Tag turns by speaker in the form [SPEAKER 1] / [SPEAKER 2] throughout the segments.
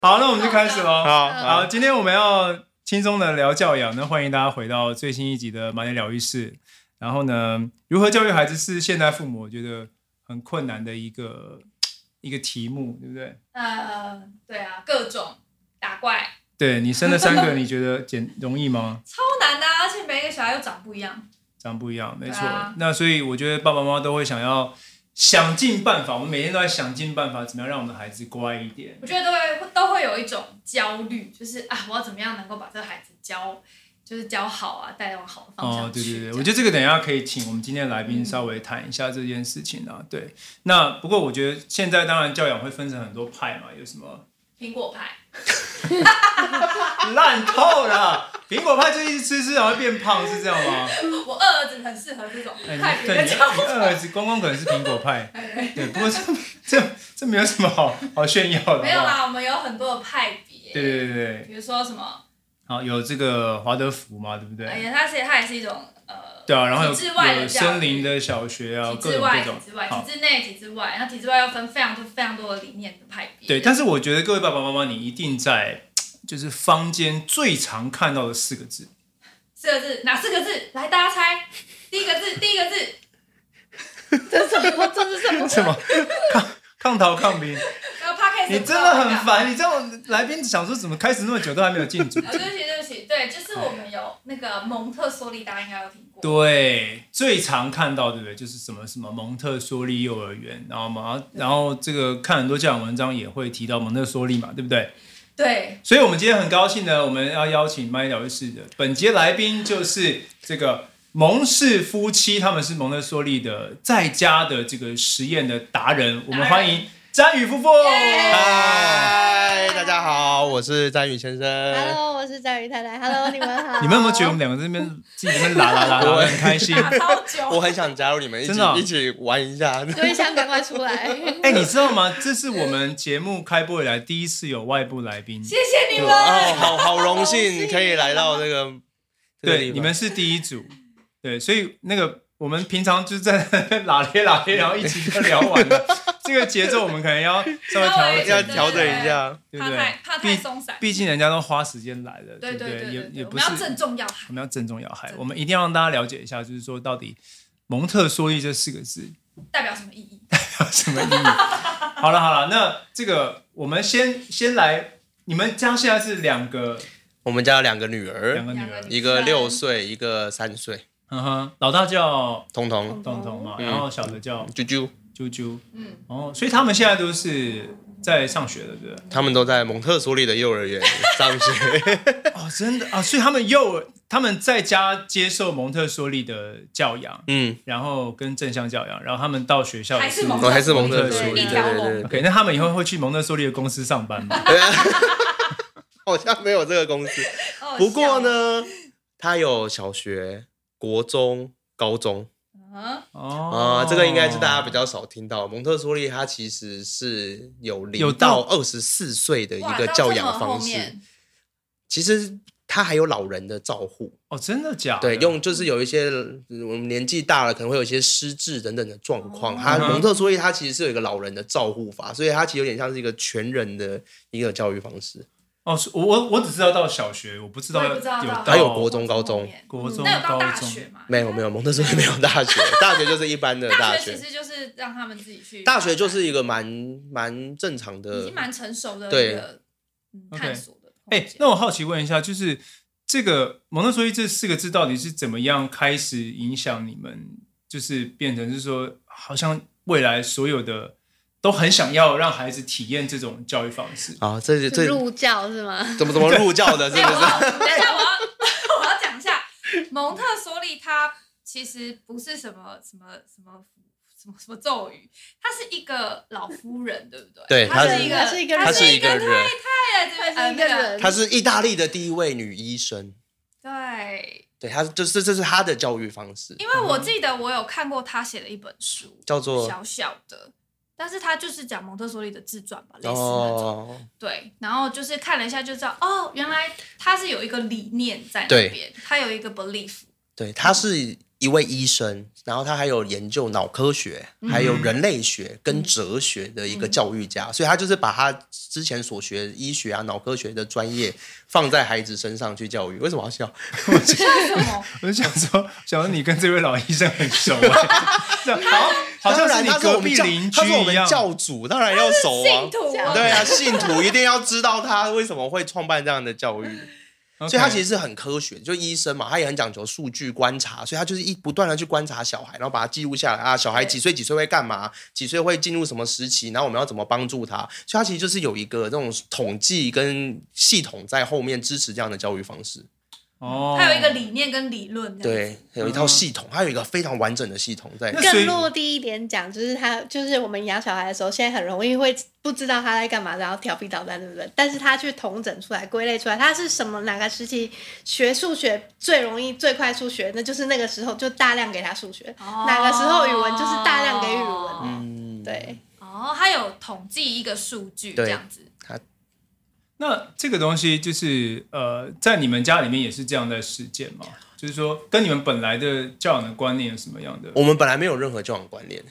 [SPEAKER 1] 好，那我们就开始喽。
[SPEAKER 2] 好
[SPEAKER 1] 好，今天我们要轻松的聊教养，那欢迎大家回到最新一集的马里疗愈室。然后呢，如何教育孩子是现代父母我觉得很困难的一个一个题目，对不对？
[SPEAKER 3] 呃，对啊，各种打怪，
[SPEAKER 1] 对你生了三个，你觉得简容易吗？
[SPEAKER 3] 超难的、啊，而且每个小孩又长不一样。
[SPEAKER 1] 长不一样，没错。
[SPEAKER 3] 对啊
[SPEAKER 1] 那所以我觉得爸爸妈妈都会想要想尽办法，我们每天都在想尽办法，怎么样让我们的孩子乖一点。
[SPEAKER 3] 我觉得都会都会有一种焦虑，就是啊，我要怎么样能够把这个孩子教，就是教好啊，带往好的方
[SPEAKER 1] 哦
[SPEAKER 3] 向，去。
[SPEAKER 1] 对对对，
[SPEAKER 3] 这样
[SPEAKER 1] 我觉得这个等一下可以请我们今天的来宾稍微谈一下这件事情啊。对，那不过我觉得现在当然教养会分成很多派嘛，有什么
[SPEAKER 3] 苹果派，
[SPEAKER 1] 烂透了，苹果派就一直吃吃，然后变胖，是这样 吗？
[SPEAKER 3] 我二儿子很适合这种
[SPEAKER 1] 哎，
[SPEAKER 3] 派
[SPEAKER 1] 你对，
[SPEAKER 3] 别的
[SPEAKER 1] 你
[SPEAKER 3] 教。
[SPEAKER 1] 二儿子光光可能是苹果派，
[SPEAKER 3] 哎
[SPEAKER 1] 对，不过这这这没有什么好好炫耀的，
[SPEAKER 3] 没有
[SPEAKER 1] 好不好
[SPEAKER 3] 啦，我们有很多的派别，
[SPEAKER 1] 对对对对。
[SPEAKER 3] 比如说什么，
[SPEAKER 1] 好，有这个华德福嘛，对不对？
[SPEAKER 3] 哎呀，它是它也是一种呃，
[SPEAKER 1] 对啊，然后有
[SPEAKER 3] 体制外的
[SPEAKER 1] 有
[SPEAKER 3] 教育
[SPEAKER 1] 森林的小学啊，
[SPEAKER 3] 体
[SPEAKER 1] 各
[SPEAKER 3] 制
[SPEAKER 1] 种
[SPEAKER 3] 外、
[SPEAKER 1] 各
[SPEAKER 3] 体
[SPEAKER 1] 种
[SPEAKER 3] 制外、
[SPEAKER 1] 好
[SPEAKER 3] 体制内、体制外，然后体制外又分非常多、非常多的理念的派别。
[SPEAKER 1] 对，但是我觉得各位爸爸妈妈，你一定在就是坊间最常看到的四个字，
[SPEAKER 3] 四个字，哪四个字？来，大家猜。第一个字，第一个 字，
[SPEAKER 2] 这是什么？这是什么？
[SPEAKER 1] 什么抗抗逃抗兵？
[SPEAKER 3] 然后呃 podcast
[SPEAKER 1] 你真的很。烦，你这样来宾想说怎么开始那么久都还没有进组？
[SPEAKER 3] 啊，对不起，对不起，对，就是我们有那个蒙特梭利，大家应该有听过。
[SPEAKER 1] 对，最常看到对不对？就是什么什么蒙特梭利幼儿园，然后嘛，然后这个看很多教养文章也会提到蒙特梭利嘛，对不对？
[SPEAKER 3] 对，
[SPEAKER 1] 所以，我们今天很高兴呢，我们要邀请麦疗愈室的本节来宾就是这个蒙氏夫妻，他们是蒙特梭利的在家的这个实验的达人，我们欢迎詹宇夫妇。
[SPEAKER 2] 嗨，大家好，我是詹宇先生。
[SPEAKER 4] Hello，我是章鱼太太。Hello，你们好。
[SPEAKER 1] 你们有没有觉得我们两个在那边自己在那边啦啦啦啦，很开心？
[SPEAKER 3] 打超久。
[SPEAKER 2] 我很想加入你们一起
[SPEAKER 1] 真的哦
[SPEAKER 2] 一起玩一下。
[SPEAKER 4] 有一想赶快出来？
[SPEAKER 1] 哎、你知道吗？这是我们节目开播以来第一次有外部来宾，
[SPEAKER 3] 谢谢你们。
[SPEAKER 2] 哦，好好荣
[SPEAKER 4] 好荣
[SPEAKER 2] 幸
[SPEAKER 4] 幸
[SPEAKER 2] 可以来到这个。这个地
[SPEAKER 1] 对，
[SPEAKER 2] 方
[SPEAKER 1] 你们是第一组，对，所以那个我们平常就是在那边拉咧拉咧，然后一起就聊完了，这个节奏我们可能要稍微调整一下，
[SPEAKER 2] 要调整一下。
[SPEAKER 1] 对不
[SPEAKER 3] 怕
[SPEAKER 1] 对
[SPEAKER 3] 太？怕太
[SPEAKER 1] 毕
[SPEAKER 3] 松散。
[SPEAKER 1] 毕竟人家都花时间来的，
[SPEAKER 3] 对
[SPEAKER 1] 不
[SPEAKER 3] 对对
[SPEAKER 1] 也
[SPEAKER 3] 对，
[SPEAKER 1] 也
[SPEAKER 3] 我
[SPEAKER 1] 不
[SPEAKER 3] 们
[SPEAKER 1] 是
[SPEAKER 3] 要正中要害
[SPEAKER 1] 我。们要正中要害，
[SPEAKER 3] 正
[SPEAKER 1] 我们一定要让大家了解一下，就是说到底蒙特梭利这四个字
[SPEAKER 3] 代表什么意义？
[SPEAKER 1] 有什么意义？好了好了，那这个我们先先来，你们家现在是两个
[SPEAKER 2] 我们家有两个女
[SPEAKER 1] 两
[SPEAKER 2] 儿，
[SPEAKER 1] 个女
[SPEAKER 3] 两
[SPEAKER 1] 儿
[SPEAKER 3] 个，女
[SPEAKER 2] 一个六岁，一个三岁，
[SPEAKER 1] 嗯哼，老大叫
[SPEAKER 2] 彤彤、
[SPEAKER 1] 彤彤嘛，
[SPEAKER 2] 嗯
[SPEAKER 1] 然后小的叫
[SPEAKER 2] 啾啾，
[SPEAKER 1] 啾啾，
[SPEAKER 3] 嗯，
[SPEAKER 1] 哦，所以他们现在都是在上学的，对不对？
[SPEAKER 2] 他们都在蒙特梭利的幼儿园上 学。
[SPEAKER 1] 哦，真的啊，所以他们幼儿他们在家接受蒙特梭利的教养，
[SPEAKER 2] 嗯，
[SPEAKER 1] 然后跟正向教养，然后他们到学校也
[SPEAKER 3] 还是蒙
[SPEAKER 2] 我还是蒙特
[SPEAKER 1] 蒙特梭
[SPEAKER 2] 梭
[SPEAKER 1] 利
[SPEAKER 2] 利，
[SPEAKER 3] 一
[SPEAKER 2] 对
[SPEAKER 3] 条龙
[SPEAKER 2] 对对对。
[SPEAKER 1] OK，那他们以后会去蒙特梭利的公司上班吗？
[SPEAKER 2] 好像没有这个公司，
[SPEAKER 3] 哦
[SPEAKER 2] 不过，呢，他有小学、国中、高中。
[SPEAKER 3] 笑嗯，
[SPEAKER 1] 哦
[SPEAKER 2] 啊、这个应该是大家比较少听到。蒙特梭利它其实是有
[SPEAKER 1] 有
[SPEAKER 2] 零
[SPEAKER 1] 到
[SPEAKER 2] 到二十四岁的一
[SPEAKER 3] 哇
[SPEAKER 2] 个
[SPEAKER 3] 到
[SPEAKER 2] 教
[SPEAKER 3] 这么
[SPEAKER 2] 养
[SPEAKER 3] 后
[SPEAKER 2] 方式，
[SPEAKER 3] 面
[SPEAKER 2] 其实它还有老人的照护，
[SPEAKER 1] 哦，真的假的？
[SPEAKER 2] 对，用就是有一些嗯我们年纪大了可能会有一些失智等等的状况。
[SPEAKER 3] 哦
[SPEAKER 2] 它
[SPEAKER 1] 嗯哼
[SPEAKER 2] 蒙特梭利它其实是有一个老人的照护法，所以它其实有点像是一个全人的一个教育方式，
[SPEAKER 1] 哦，是我我我只知道到小学，我不知道
[SPEAKER 3] 我也不知道
[SPEAKER 1] 有
[SPEAKER 3] 到嗯
[SPEAKER 2] 还有国
[SPEAKER 1] 中、
[SPEAKER 2] 中、高中。
[SPEAKER 1] 国中、
[SPEAKER 3] 那有到
[SPEAKER 1] 高
[SPEAKER 3] 大
[SPEAKER 1] 中。
[SPEAKER 3] 学吗？
[SPEAKER 2] 没有没有，蒙特梭利没有大学，大学就是一般的
[SPEAKER 3] 大
[SPEAKER 2] 大
[SPEAKER 3] 学
[SPEAKER 2] 学
[SPEAKER 3] 其。实就是让他们自己去。
[SPEAKER 2] 大学就是一个蛮蛮正常的，
[SPEAKER 3] 已经蛮成熟的
[SPEAKER 2] 对
[SPEAKER 3] 一个嗯
[SPEAKER 1] OK
[SPEAKER 3] 探索的空
[SPEAKER 1] 哎、
[SPEAKER 3] 间。
[SPEAKER 1] 那我好奇问一下，就是这个蒙特梭利这四个字到底是怎么样开始影响你们？就是变成是说，好像未来所有的都很想要让孩子体验这种教育方式。
[SPEAKER 2] 啊，这这
[SPEAKER 4] 入教是吗？
[SPEAKER 2] 怎么怎么入教 的，
[SPEAKER 3] 没
[SPEAKER 2] 是
[SPEAKER 3] 有，
[SPEAKER 2] 不
[SPEAKER 3] 哎我要
[SPEAKER 2] 是？
[SPEAKER 3] 等
[SPEAKER 1] 哎
[SPEAKER 3] 一下我要我要讲一下，蒙特梭利它其实不是什么什么什么什么什么咒语，她是一个老夫人，对不对？
[SPEAKER 2] 对
[SPEAKER 3] 她
[SPEAKER 2] 她
[SPEAKER 3] 是
[SPEAKER 2] 是
[SPEAKER 3] 一个，
[SPEAKER 4] 她是一个
[SPEAKER 3] 她
[SPEAKER 2] 她
[SPEAKER 3] 哎是
[SPEAKER 2] 是
[SPEAKER 3] 一
[SPEAKER 2] 一
[SPEAKER 3] 个呃太太，
[SPEAKER 2] 个人，
[SPEAKER 4] 他是一个人，
[SPEAKER 2] 她是意大利的第一位女医生。
[SPEAKER 3] 对，
[SPEAKER 2] 对，她这这这是她的教育方式，
[SPEAKER 3] 因为我记得我有看过她写的一本书，
[SPEAKER 2] 叫做哦
[SPEAKER 3] 小小的，但是她就是讲蒙特梭利的自传吧，类似那种。
[SPEAKER 2] 哦，
[SPEAKER 3] 对，然后就是看了一下就知道，哦，原来她是有一个理念在那边，她有一个 belief。
[SPEAKER 2] 对，她是一位医生，然后她还有研究脑科学，还
[SPEAKER 3] 嗯
[SPEAKER 2] 有人类学跟哲学的一个教育家，所以她就是把她之前所学医学啊、脑科学的专业放在孩子身上去教育。为什么要笑？
[SPEAKER 3] 为什 么？
[SPEAKER 1] 我就想说，想说你跟这位老医生很熟、啊， 这样好，好像
[SPEAKER 2] 当然
[SPEAKER 1] 你
[SPEAKER 2] 她是
[SPEAKER 1] 隔
[SPEAKER 2] 我们
[SPEAKER 1] 壁
[SPEAKER 2] 教，
[SPEAKER 1] 邻居
[SPEAKER 2] 她是我
[SPEAKER 1] 一
[SPEAKER 2] 们
[SPEAKER 1] 样。
[SPEAKER 2] 教主，当然要熟啊
[SPEAKER 3] 信。徒
[SPEAKER 4] 这样
[SPEAKER 3] 啊
[SPEAKER 2] 对啊，信徒一定要知道他为什么会创办这样的教育。
[SPEAKER 1] 所
[SPEAKER 2] 所以他其
[SPEAKER 1] 实
[SPEAKER 2] 实是很科学，就医生嘛，他也很讲求数据观察，所以他就是一不断的去观察小孩，然后把它记录下来啊，小孩几岁几岁会干嘛，几岁会进入什么时期，然后我们要怎么帮助他，所以他其实就是有一个这种统计跟系统在后面支持这样的教育方式，
[SPEAKER 1] 哦，
[SPEAKER 3] 她有一个理念跟理论。，
[SPEAKER 2] 对，有一套系统，它有一个非常完整的系统在
[SPEAKER 1] 那。所以
[SPEAKER 4] 更落地一点讲，就是他，就是我们养小孩的时候，现在很容易会不知道他在干嘛，然后调皮捣蛋，对不对？但是他去统整出来、归类出来，他是什么哪个时期学数学最容易、最快数学，那就是那个时候就大量给他数学。
[SPEAKER 3] 哦
[SPEAKER 4] 哪个时候语文就是大量给语文
[SPEAKER 2] 嗯，
[SPEAKER 4] 对，
[SPEAKER 3] 哦，她有统计一个数据
[SPEAKER 2] 对哦
[SPEAKER 3] 这样子。
[SPEAKER 1] 那这个东西就是呃，在你们家里面也是这样在实践吗？就是说，跟你们本来的教养的观念有什么样的？
[SPEAKER 2] 我们本来没有任何教养观念，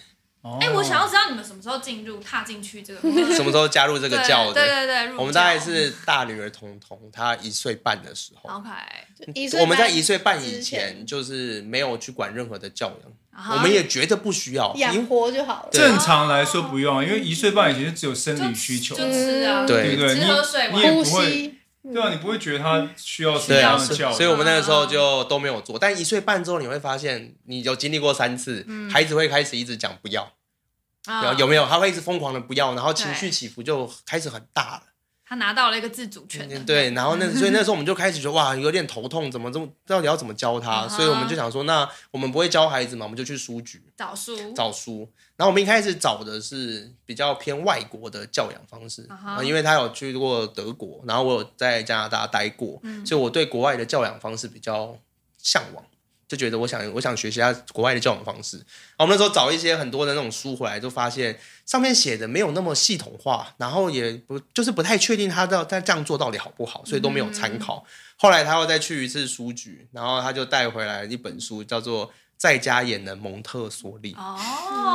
[SPEAKER 1] 哦，
[SPEAKER 3] 哎、我想要知道你们什么时候进入踏进去这个什
[SPEAKER 2] 什么时候加入这
[SPEAKER 3] 这
[SPEAKER 2] 个教
[SPEAKER 3] 对
[SPEAKER 2] 的？
[SPEAKER 3] 对对，
[SPEAKER 4] 嗯
[SPEAKER 3] 入
[SPEAKER 2] 我们大概
[SPEAKER 3] 教
[SPEAKER 2] 是大女儿彤彤，她一岁半的时候。
[SPEAKER 3] OK，
[SPEAKER 4] 哦一
[SPEAKER 2] 嗯
[SPEAKER 4] 岁
[SPEAKER 2] 我们在
[SPEAKER 4] 半
[SPEAKER 2] 一岁半以
[SPEAKER 4] 之前
[SPEAKER 2] 前就是没有去管任何的教养，
[SPEAKER 3] 啊哈
[SPEAKER 2] 我们也觉得不需要，因
[SPEAKER 4] 养活就好了。
[SPEAKER 2] 对
[SPEAKER 1] 正常来说不用啊，因为一岁半以前就只有生
[SPEAKER 3] 就
[SPEAKER 1] 理需求
[SPEAKER 3] 就
[SPEAKER 1] 嘛，
[SPEAKER 3] 吃啊，
[SPEAKER 1] 对
[SPEAKER 2] 对
[SPEAKER 1] 不对
[SPEAKER 3] 吃喝睡
[SPEAKER 1] 你也
[SPEAKER 3] 玩。
[SPEAKER 4] 呼
[SPEAKER 1] 不会
[SPEAKER 4] 吸，
[SPEAKER 1] 对啊，你不会觉得他需要什么
[SPEAKER 2] 对啊，
[SPEAKER 1] 样的
[SPEAKER 2] 所
[SPEAKER 1] 教
[SPEAKER 2] 以
[SPEAKER 1] 育？
[SPEAKER 2] 所以我们那个时候
[SPEAKER 4] 啊
[SPEAKER 2] 就都没有做。但一岁半之后，你会发现，你有经历过三次，
[SPEAKER 4] 嗯
[SPEAKER 2] 孩子会开始一直讲不要，有
[SPEAKER 3] 啊
[SPEAKER 2] 有没有？他会一直疯狂的不要，然后情
[SPEAKER 3] 对
[SPEAKER 2] 绪起伏就开始很大了。
[SPEAKER 3] 他拿到了一个自主权的，
[SPEAKER 2] 对，然后
[SPEAKER 4] 嗯
[SPEAKER 2] 那所以 那时候我们就开始觉得哇，有点头痛，怎么这么到底要怎么教他？
[SPEAKER 3] 啊
[SPEAKER 2] 所以我们就想说，那我们不会教孩子嘛，我们就去书局。
[SPEAKER 3] 找书，
[SPEAKER 2] 找书，然后我们一开始找的是比较偏外国的教养方式
[SPEAKER 3] 啊哈
[SPEAKER 2] 啊因为他有去过德国，然后我有在加拿大待过，
[SPEAKER 3] 嗯
[SPEAKER 2] 所以我对国外的教养方式比较向往，就觉得我想我想学习一下国外的教养方式。然后我们那时候找一些很多的那种书回来，就发现上面写的没有那么系统化，然后也不就是不太确定他到他这样做到底好不好，所以都没有参考。
[SPEAKER 3] 嗯
[SPEAKER 2] 后来他又再去一次书局，然后他就带回来一本书，叫做《在家也能蒙特梭利》。
[SPEAKER 3] 哦
[SPEAKER 2] 嗯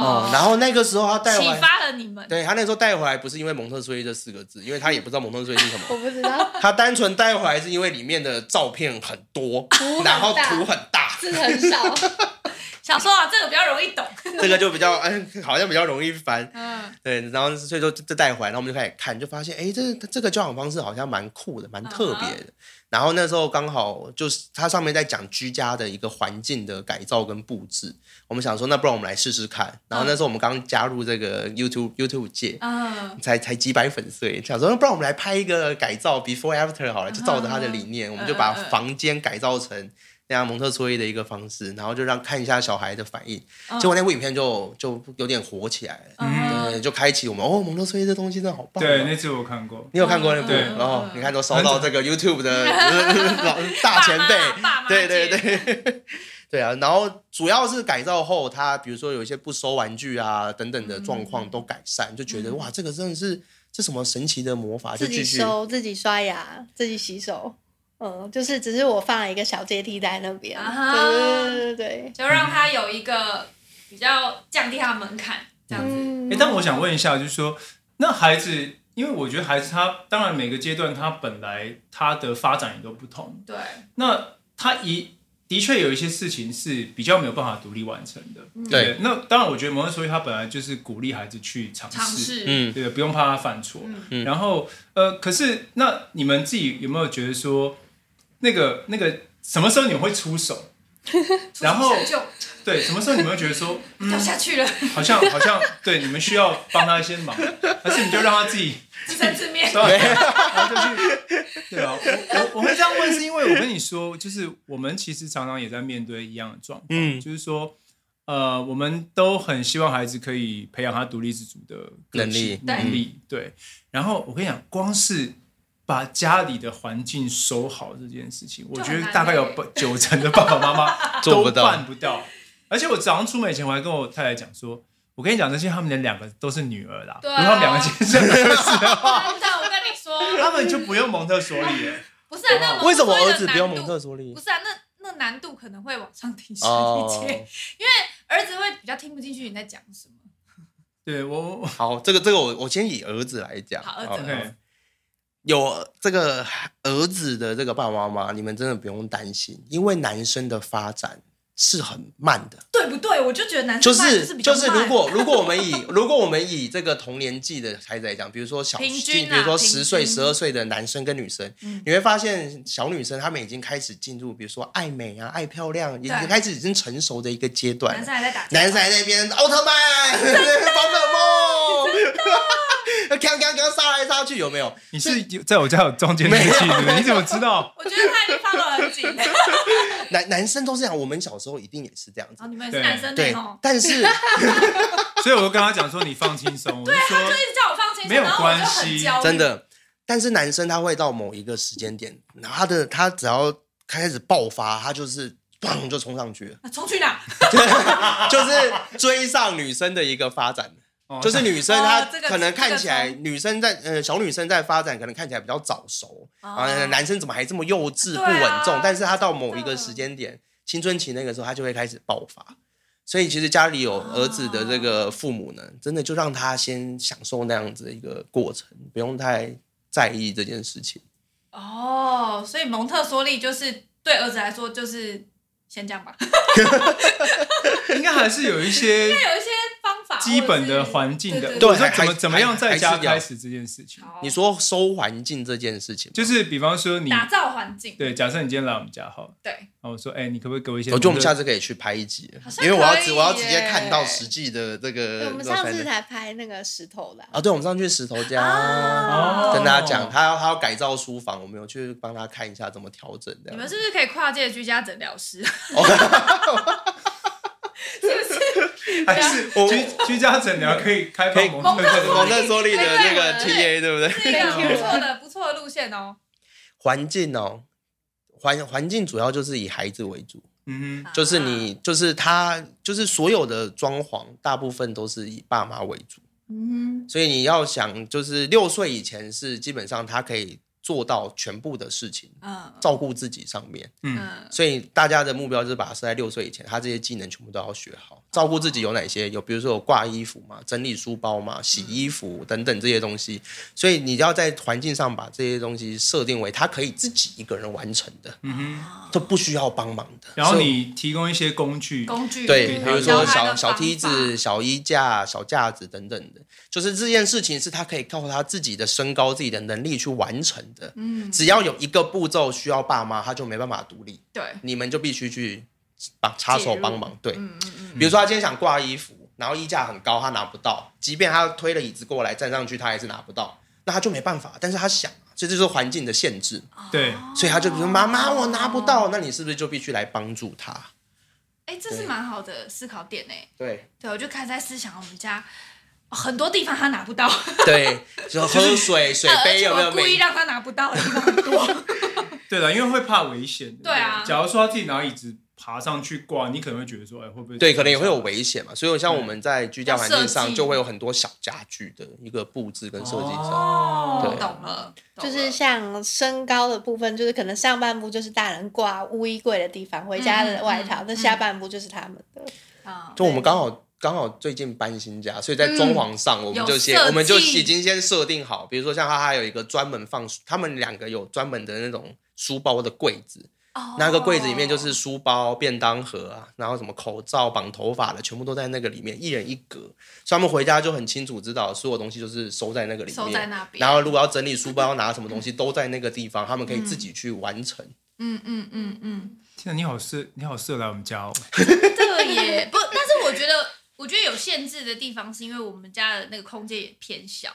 [SPEAKER 2] 哦，，然后那个时候他带回
[SPEAKER 3] 启
[SPEAKER 2] 来，
[SPEAKER 3] 发了你们，
[SPEAKER 2] 对他那时候带回来不是因为蒙特梭利这四个字，因为他也不知道蒙特梭利是什
[SPEAKER 4] 我
[SPEAKER 2] 么，
[SPEAKER 4] 不知道，
[SPEAKER 2] 他单纯带回来是因为里面的照片很多，
[SPEAKER 4] 很
[SPEAKER 2] 然后
[SPEAKER 4] 大
[SPEAKER 2] 图很大，
[SPEAKER 4] 字很少。
[SPEAKER 3] 想说啊，这个比较容易懂，
[SPEAKER 2] 这个就比较 嗯，好像比较容易翻。
[SPEAKER 3] 嗯，
[SPEAKER 2] 对，然后所以就就带回来，然后我们就开始看，就发现哎，这这个教养方式好像蛮酷的，蛮特别的。然后那时候刚好就是它上面在讲居家的一个环境的改造跟布置，我们想说那不然我们来试试看。然后那时候我们刚加入这个 YouTube YouTube 界，
[SPEAKER 3] 嗯，
[SPEAKER 2] 才才几百粉碎，想说不然我们来拍一个改造 before after 好了，就照着他的理念，我们就把房间改造成那样蒙特梭利的一个方式，然后就让看一下小孩的反应。结果那部影片就就有点火起来了，
[SPEAKER 3] 嗯
[SPEAKER 2] 对，就开启我们哦蒙特梭利这东西真的好棒、
[SPEAKER 1] 对，
[SPEAKER 2] 哦。
[SPEAKER 1] 那次我看过，
[SPEAKER 2] 你有看过那部？
[SPEAKER 1] 对
[SPEAKER 2] 哦，你看都烧到这个 YouTube 的老大
[SPEAKER 3] 爸
[SPEAKER 2] 前辈，
[SPEAKER 3] 妈爸妈
[SPEAKER 2] 对对
[SPEAKER 3] 界
[SPEAKER 2] 对，对啊。然后主要是改造后，他比如说有一些不收玩具啊等等的状况都改善，就觉得哇，这个真的是这什么神奇的魔啊法，就
[SPEAKER 4] 自己
[SPEAKER 2] 继续
[SPEAKER 4] 收、自己刷牙、自己洗手，嗯，就是只是我放了一个小阶梯在那边，
[SPEAKER 3] 啊哈
[SPEAKER 4] 对对对对
[SPEAKER 2] 哎
[SPEAKER 4] 对，
[SPEAKER 3] 就让他有一个比较降低他门槛，这样子，
[SPEAKER 4] 嗯
[SPEAKER 1] 哎、但我想问一下，就是说，那孩子，因为我觉得孩子他当然每个阶段他本来他的发展也都不同，
[SPEAKER 3] 对，
[SPEAKER 1] 那他一的确有一些事情是比较没有办法独立完成的，不
[SPEAKER 2] 对，
[SPEAKER 1] 那当然，我觉得蒙特梭利他本来就是鼓励孩子去尝
[SPEAKER 3] 尝
[SPEAKER 1] 试，
[SPEAKER 3] 试，
[SPEAKER 2] 嗯。
[SPEAKER 1] 对，不用怕他犯错。然后呃，可是那你们自己有没有觉得说，那个那个什么时候你们会出手？
[SPEAKER 3] 出
[SPEAKER 1] 然后
[SPEAKER 3] 成就
[SPEAKER 1] 对，什么时候你们会觉得说，
[SPEAKER 2] 嗯
[SPEAKER 3] 掉下去了，
[SPEAKER 1] 好像好像对你们需要帮他一些忙，还是你就让他自己
[SPEAKER 3] 自生自 灭，
[SPEAKER 1] 对，然后就去，对 啊，我我我会这样问，是因为我跟你说，就是我们其实常常也在面对一样的状况，
[SPEAKER 2] 嗯
[SPEAKER 1] 就是说，呃，我们都很希望孩子可以培养他独立自主的个性
[SPEAKER 3] 能力
[SPEAKER 2] 嗯
[SPEAKER 1] 能力。对，然后我跟你讲，光是把家里的环境收好这件事情，我
[SPEAKER 3] 就很
[SPEAKER 1] 觉得
[SPEAKER 3] 难
[SPEAKER 1] 大概有
[SPEAKER 3] 欸
[SPEAKER 1] 八九成的爸爸妈
[SPEAKER 3] 啊
[SPEAKER 1] 妈
[SPEAKER 2] 做不
[SPEAKER 1] 都
[SPEAKER 2] 到
[SPEAKER 1] 办不到。而且我早上出门以前，我还跟我太太讲说，我跟你讲，这些他们的两个都是女儿啦，
[SPEAKER 3] 对啊
[SPEAKER 1] 如果他们两个亲生儿子的话，
[SPEAKER 3] 真的，我跟你说，
[SPEAKER 1] 他们就不用蒙特梭利了。
[SPEAKER 3] 不是、啊、那蒙
[SPEAKER 2] 为什么
[SPEAKER 3] 特梭利
[SPEAKER 2] 儿
[SPEAKER 3] 的
[SPEAKER 2] 子不用
[SPEAKER 3] 难
[SPEAKER 2] 蒙
[SPEAKER 3] 度
[SPEAKER 2] 特 梭利
[SPEAKER 3] 不？是啊，那那难度可能会往上提升一些，
[SPEAKER 2] 哦，
[SPEAKER 3] 儿子会比较听不进去你在讲什么。
[SPEAKER 1] 对我，我嗯
[SPEAKER 2] 好，这个这个我我先以儿子来讲。
[SPEAKER 3] 好儿 子
[SPEAKER 1] OK，
[SPEAKER 2] 有这个儿子的这个爸爸妈妈，你们真的不用担心，因为男生的发展是很慢的。
[SPEAKER 3] 对不对？我就觉得男
[SPEAKER 2] 就
[SPEAKER 3] 生慢
[SPEAKER 2] 是
[SPEAKER 3] 比较
[SPEAKER 2] 就
[SPEAKER 3] 慢
[SPEAKER 2] 是，如果如果我们以 如果我们以这个同年纪的孩子来讲，比如说小
[SPEAKER 3] 平均啊
[SPEAKER 2] 比如说
[SPEAKER 3] 平均
[SPEAKER 2] 十岁、十二岁的男生跟女生，
[SPEAKER 3] 嗯
[SPEAKER 2] 你会发现小女生她们已经开始进入，比如说爱美啊、爱漂亮，已
[SPEAKER 3] 对
[SPEAKER 2] 经开始已经成熟的一个阶段
[SPEAKER 3] 男
[SPEAKER 2] 了。
[SPEAKER 3] 生还在打，
[SPEAKER 2] 男生还在那边奥特曼、宝可梦，锵锵锵杀来杀去，有没有？
[SPEAKER 1] 你是有在我家有中间地气是不是？你怎么知道？
[SPEAKER 3] 我觉得他已经放得很紧。
[SPEAKER 2] 男男生都是这样，我们小时候一定也是这样 子
[SPEAKER 3] 哦，。你们是男生
[SPEAKER 2] 对
[SPEAKER 3] 对哦，，
[SPEAKER 2] 但是
[SPEAKER 1] 所以我就跟他讲说，你放轻松。啊我就说
[SPEAKER 3] 一直叫我放轻松，
[SPEAKER 1] 没有
[SPEAKER 3] 然后我就
[SPEAKER 1] 关
[SPEAKER 3] 很
[SPEAKER 1] 系
[SPEAKER 3] 焦虑。
[SPEAKER 2] 真，的，但是男生他会到某一个时间点，然后他的他只要开始爆发，他就是砰就冲上去 了，
[SPEAKER 3] 啊冲去哪？
[SPEAKER 2] 就是追上女生的一个发展。
[SPEAKER 1] 哦
[SPEAKER 2] 就是女生她
[SPEAKER 3] 哦这个
[SPEAKER 2] 可能看起来，
[SPEAKER 3] 这个
[SPEAKER 2] 女生在呃小女生在发展，可能看起来比较早熟，啊、
[SPEAKER 3] 哦
[SPEAKER 2] 男生怎么还这么幼
[SPEAKER 3] 对
[SPEAKER 2] 稚不
[SPEAKER 3] 啊
[SPEAKER 2] 稳重？但是他到某一
[SPEAKER 3] 真的
[SPEAKER 2] 个时间点，青春期那个时候，他就会开始爆发。所以其实家里有儿子的这个父母呢，真的就让他先享受那样子的一个过程，不用太在意这件事情。
[SPEAKER 3] 哦，所以蒙特梭利就是对儿子来说就是先这样吧，
[SPEAKER 1] 应该还是有一些
[SPEAKER 3] 他有一些方法，
[SPEAKER 1] 基本的
[SPEAKER 3] 或者是
[SPEAKER 1] 环境的，
[SPEAKER 3] 对
[SPEAKER 1] 我
[SPEAKER 3] 对
[SPEAKER 2] 对
[SPEAKER 1] 说
[SPEAKER 2] 还
[SPEAKER 1] 怎么
[SPEAKER 2] 还
[SPEAKER 1] 怎么样在家
[SPEAKER 2] 还是要
[SPEAKER 1] 开始这件事情，
[SPEAKER 3] 好
[SPEAKER 2] 你说收环境这件事情，
[SPEAKER 1] 就是比方说你
[SPEAKER 3] 打造环境，
[SPEAKER 1] 对，假设你今天来我们家好了，
[SPEAKER 3] 对，
[SPEAKER 1] 然后我说，哎，你可不可以给我一些？
[SPEAKER 2] 哦我觉得我们下次可以去拍一集
[SPEAKER 3] 好，像
[SPEAKER 2] 因为我要
[SPEAKER 3] 可以
[SPEAKER 2] 直我要直接
[SPEAKER 3] 耶
[SPEAKER 2] 看到实际的这个。
[SPEAKER 4] 对我们上次才拍那个石头的啊、
[SPEAKER 2] 啊，对，我们上次去石头家。
[SPEAKER 3] 啊
[SPEAKER 1] 哦
[SPEAKER 2] 跟大家讲，，他要他要改造书房，我们有去帮他看一下怎么调整这
[SPEAKER 3] 你
[SPEAKER 2] 样。
[SPEAKER 3] 们是不是可以跨界居家诊疗师？
[SPEAKER 1] 还是
[SPEAKER 2] 我
[SPEAKER 1] 居居家诊疗可以开放啊蒙特
[SPEAKER 3] 蒙特
[SPEAKER 1] 梭
[SPEAKER 3] 梭
[SPEAKER 2] 蒙
[SPEAKER 1] 利
[SPEAKER 3] 利
[SPEAKER 2] 特梭利的那个
[SPEAKER 4] 对
[SPEAKER 2] TA 对不对？
[SPEAKER 3] 是一个不错的不错的路线哦。
[SPEAKER 2] 环境哦，环环境主要就是以孩子为主，
[SPEAKER 1] 嗯哼，
[SPEAKER 2] 就是你就是他就是所有的装潢大部分都是以爸妈为主，
[SPEAKER 3] 嗯
[SPEAKER 2] 所以你要想就是六岁以前是基本上他可以做到全部的事情，
[SPEAKER 3] 嗯
[SPEAKER 2] 照顾自己上面。
[SPEAKER 1] 嗯，
[SPEAKER 3] 嗯，
[SPEAKER 2] 所以大家的目标就是把他设在六岁以前，他这些技能全部都要学好。照顾自己有哪些？有比如说有挂衣服嘛、整理书包嘛、洗衣服等等这些东西。所以你要在环境上把这些东西设定为他可以自己一个人完成的，
[SPEAKER 1] 嗯哼，
[SPEAKER 2] 这不需要帮忙的。
[SPEAKER 1] 然后
[SPEAKER 2] 所以
[SPEAKER 1] 你提供一些工具，
[SPEAKER 3] 工具
[SPEAKER 2] 对，
[SPEAKER 1] 嗯
[SPEAKER 2] 比如
[SPEAKER 1] 教
[SPEAKER 2] 说
[SPEAKER 1] 他
[SPEAKER 2] 小小梯子、，小衣架、小架子等等的，就是这件事情是他可以靠他自己的身高、自己的能力去完成的。
[SPEAKER 3] 嗯，
[SPEAKER 2] 只要有一个步骤需要爸妈，他就没办法独立。
[SPEAKER 3] 对，
[SPEAKER 2] 你们就必须去帮插手帮忙。对，
[SPEAKER 3] 嗯嗯嗯，
[SPEAKER 2] 比如说他今天想挂衣服，然后衣架很高，他拿不到，即便他推了椅子过来站上去，他还是拿不到，那他就没办法。但是他想，所以这就是环境的限制，
[SPEAKER 3] 哦
[SPEAKER 1] 对，
[SPEAKER 2] 所以他就比如说妈妈我拿不到，那你是不是就必须来帮助他？
[SPEAKER 3] 哎，这是蛮好的思考点哎。
[SPEAKER 2] 对
[SPEAKER 3] 对，我就开始在思想我们家很多地方他拿不到，
[SPEAKER 2] 对，就喝 水水
[SPEAKER 3] 而
[SPEAKER 2] 杯
[SPEAKER 3] 且
[SPEAKER 2] 有没
[SPEAKER 3] 我
[SPEAKER 2] 有
[SPEAKER 3] 故意
[SPEAKER 2] 没？
[SPEAKER 3] 让他拿不到的地方很多。
[SPEAKER 1] 对了，因为会怕危险的。
[SPEAKER 3] 对啊
[SPEAKER 1] 假如说他自己拿椅子爬上去挂，你可能会觉得说，哎，会不会
[SPEAKER 2] 对，可能也会有危险嘛，所以像我们在居家环
[SPEAKER 3] 嗯
[SPEAKER 2] 境
[SPEAKER 3] 要设
[SPEAKER 2] 上
[SPEAKER 3] 计
[SPEAKER 2] 就会有很多小家具的一个布置跟设计上，
[SPEAKER 1] 哦
[SPEAKER 3] 哦
[SPEAKER 2] 对，
[SPEAKER 3] 懂了，懂
[SPEAKER 4] 就
[SPEAKER 2] 哦
[SPEAKER 3] 了
[SPEAKER 4] 是像身高的部分，就是可能上半部就是大人挂乌衣柜的地方，回家的外
[SPEAKER 3] 嗯
[SPEAKER 4] 套，
[SPEAKER 3] 嗯
[SPEAKER 4] 那下半部就是他们的。
[SPEAKER 3] 啊，
[SPEAKER 2] 就我们刚好刚好最近搬新家，所以在装潢上我们就先、
[SPEAKER 3] 嗯有设计
[SPEAKER 2] 我们就已经先设定好，比如说像他还有一个专门放书，他们两个有专门的那种书包的柜子，
[SPEAKER 3] 哦
[SPEAKER 2] 那个柜子里面就是书包、便当盒啊，然后什么口罩、绑头发的，全部都在那个里面，一人一格，所以他们回家就很清楚知道所有东西就是收在那个里
[SPEAKER 3] 收在
[SPEAKER 2] 面。
[SPEAKER 3] 那边，
[SPEAKER 2] 然后，如果要整理书包，要拿什么东西，都在那个地方，他们可以自己去完成。
[SPEAKER 3] 嗯嗯嗯嗯，
[SPEAKER 1] 天啊，你好适，你好适合来我们家哦。
[SPEAKER 3] 这个也不，但是我觉得，我觉得有限制的地方是因为我们家的那个空间也偏小，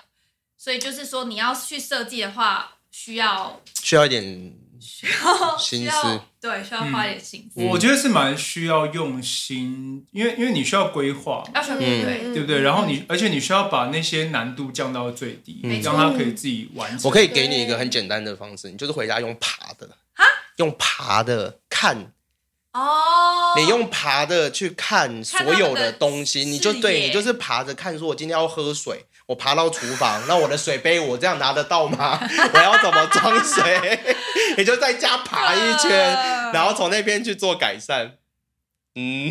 [SPEAKER 3] 所以就是说你要去设计的话，需要
[SPEAKER 2] 需要一点
[SPEAKER 3] 需要
[SPEAKER 2] 心
[SPEAKER 3] 需
[SPEAKER 2] 思
[SPEAKER 3] 要对需要花点心
[SPEAKER 2] 嗯
[SPEAKER 3] 思，
[SPEAKER 1] 我觉得是蛮需要用心，因为因为你需要规划嘛，
[SPEAKER 3] 要学
[SPEAKER 2] 嗯
[SPEAKER 3] 对，
[SPEAKER 1] 对不对？然后
[SPEAKER 3] 嗯
[SPEAKER 1] 你而且你需要把那些难度降到最低，
[SPEAKER 3] 没错
[SPEAKER 1] 让他可以自己完成。
[SPEAKER 2] 嗯我可以给你一个很简单的方式，你就是回家用爬的，用爬的看，
[SPEAKER 3] 哦，
[SPEAKER 2] 你用爬的去看所有的东西，
[SPEAKER 3] 看他们的
[SPEAKER 2] 你就对
[SPEAKER 3] 视野
[SPEAKER 2] 你就是爬着看，说我今天要喝水，我爬到厨房，那我的水杯我这样拿得 到吗？我要怎么装水？你就在家爬一圈，
[SPEAKER 3] 呃
[SPEAKER 2] 然后从那边去做改善。嗯，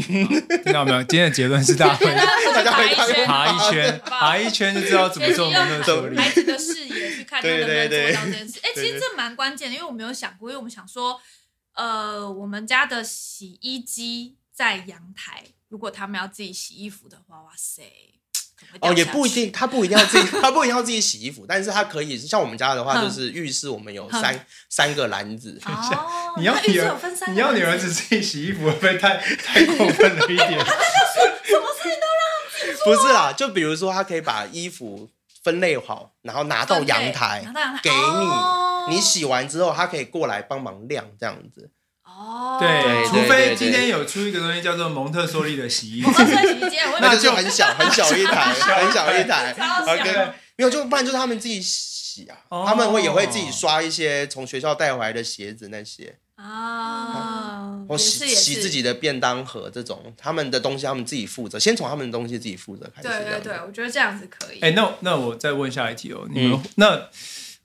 [SPEAKER 1] 听到没有？今天的结论是 大家会
[SPEAKER 3] 大
[SPEAKER 2] 家会看
[SPEAKER 3] 圈，
[SPEAKER 1] 爬一圈，
[SPEAKER 3] 好吧
[SPEAKER 1] 爬一圈就知道怎么
[SPEAKER 3] 学习
[SPEAKER 1] 做
[SPEAKER 3] 用
[SPEAKER 1] 蒙特梭利。
[SPEAKER 3] 孩子的视野去看他能不能做到这 件事。哎、
[SPEAKER 2] 对对对
[SPEAKER 3] 其实这蛮关键的，因为我没有想过，因为我们想说，呃，我们家的洗衣机在阳台，如果他们要自己洗衣服的话，哇塞，可能会掉
[SPEAKER 2] 哦，也
[SPEAKER 3] 下
[SPEAKER 2] 不一
[SPEAKER 3] 去
[SPEAKER 2] 定，他不一定 要自己，他不一定要自己洗衣服，但是他可以像我们家的话，就是浴室我们有三三个篮子，
[SPEAKER 3] 哦，
[SPEAKER 1] 你要
[SPEAKER 3] 那浴
[SPEAKER 1] 你
[SPEAKER 3] 室
[SPEAKER 1] 儿
[SPEAKER 3] 有分三个
[SPEAKER 1] 你要你 儿子自己洗衣服，会不会太太过分了一点？
[SPEAKER 2] 不是啦，就比如说，他可以把衣服分类好，然后拿到
[SPEAKER 3] 分类
[SPEAKER 2] 阳台
[SPEAKER 3] 拿到阳台
[SPEAKER 2] 给你，
[SPEAKER 3] 哦
[SPEAKER 2] 你洗完之后，他可以过来帮忙晾这样子。
[SPEAKER 3] 哦，
[SPEAKER 1] 对，除
[SPEAKER 2] 对
[SPEAKER 1] 非
[SPEAKER 2] 对
[SPEAKER 1] 今天有出一个东西叫做蒙特梭利的洗衣
[SPEAKER 3] 我
[SPEAKER 1] 机，
[SPEAKER 3] 们洗衣机，我
[SPEAKER 2] 那
[SPEAKER 3] 也
[SPEAKER 2] 个就 很小，很小一台， 很小一台。
[SPEAKER 3] 超小
[SPEAKER 2] OK，没有，就不然就是他们自己洗啊，
[SPEAKER 1] 哦
[SPEAKER 2] 他们会也会自己刷一些从学校带回来的鞋子那些，
[SPEAKER 3] 哦啊，
[SPEAKER 2] 或
[SPEAKER 3] 也
[SPEAKER 2] 洗
[SPEAKER 3] 是也
[SPEAKER 2] 洗
[SPEAKER 3] 是
[SPEAKER 2] 自己的便当盒这种，他们的东西他们自己负责，先从他们的东西自己负责开始。
[SPEAKER 3] 对对
[SPEAKER 2] 这
[SPEAKER 3] 对，
[SPEAKER 2] 样子，
[SPEAKER 3] 我觉得这样子可以。
[SPEAKER 1] 哎、那那我再问下一题
[SPEAKER 2] 嗯
[SPEAKER 1] 哦，你们、那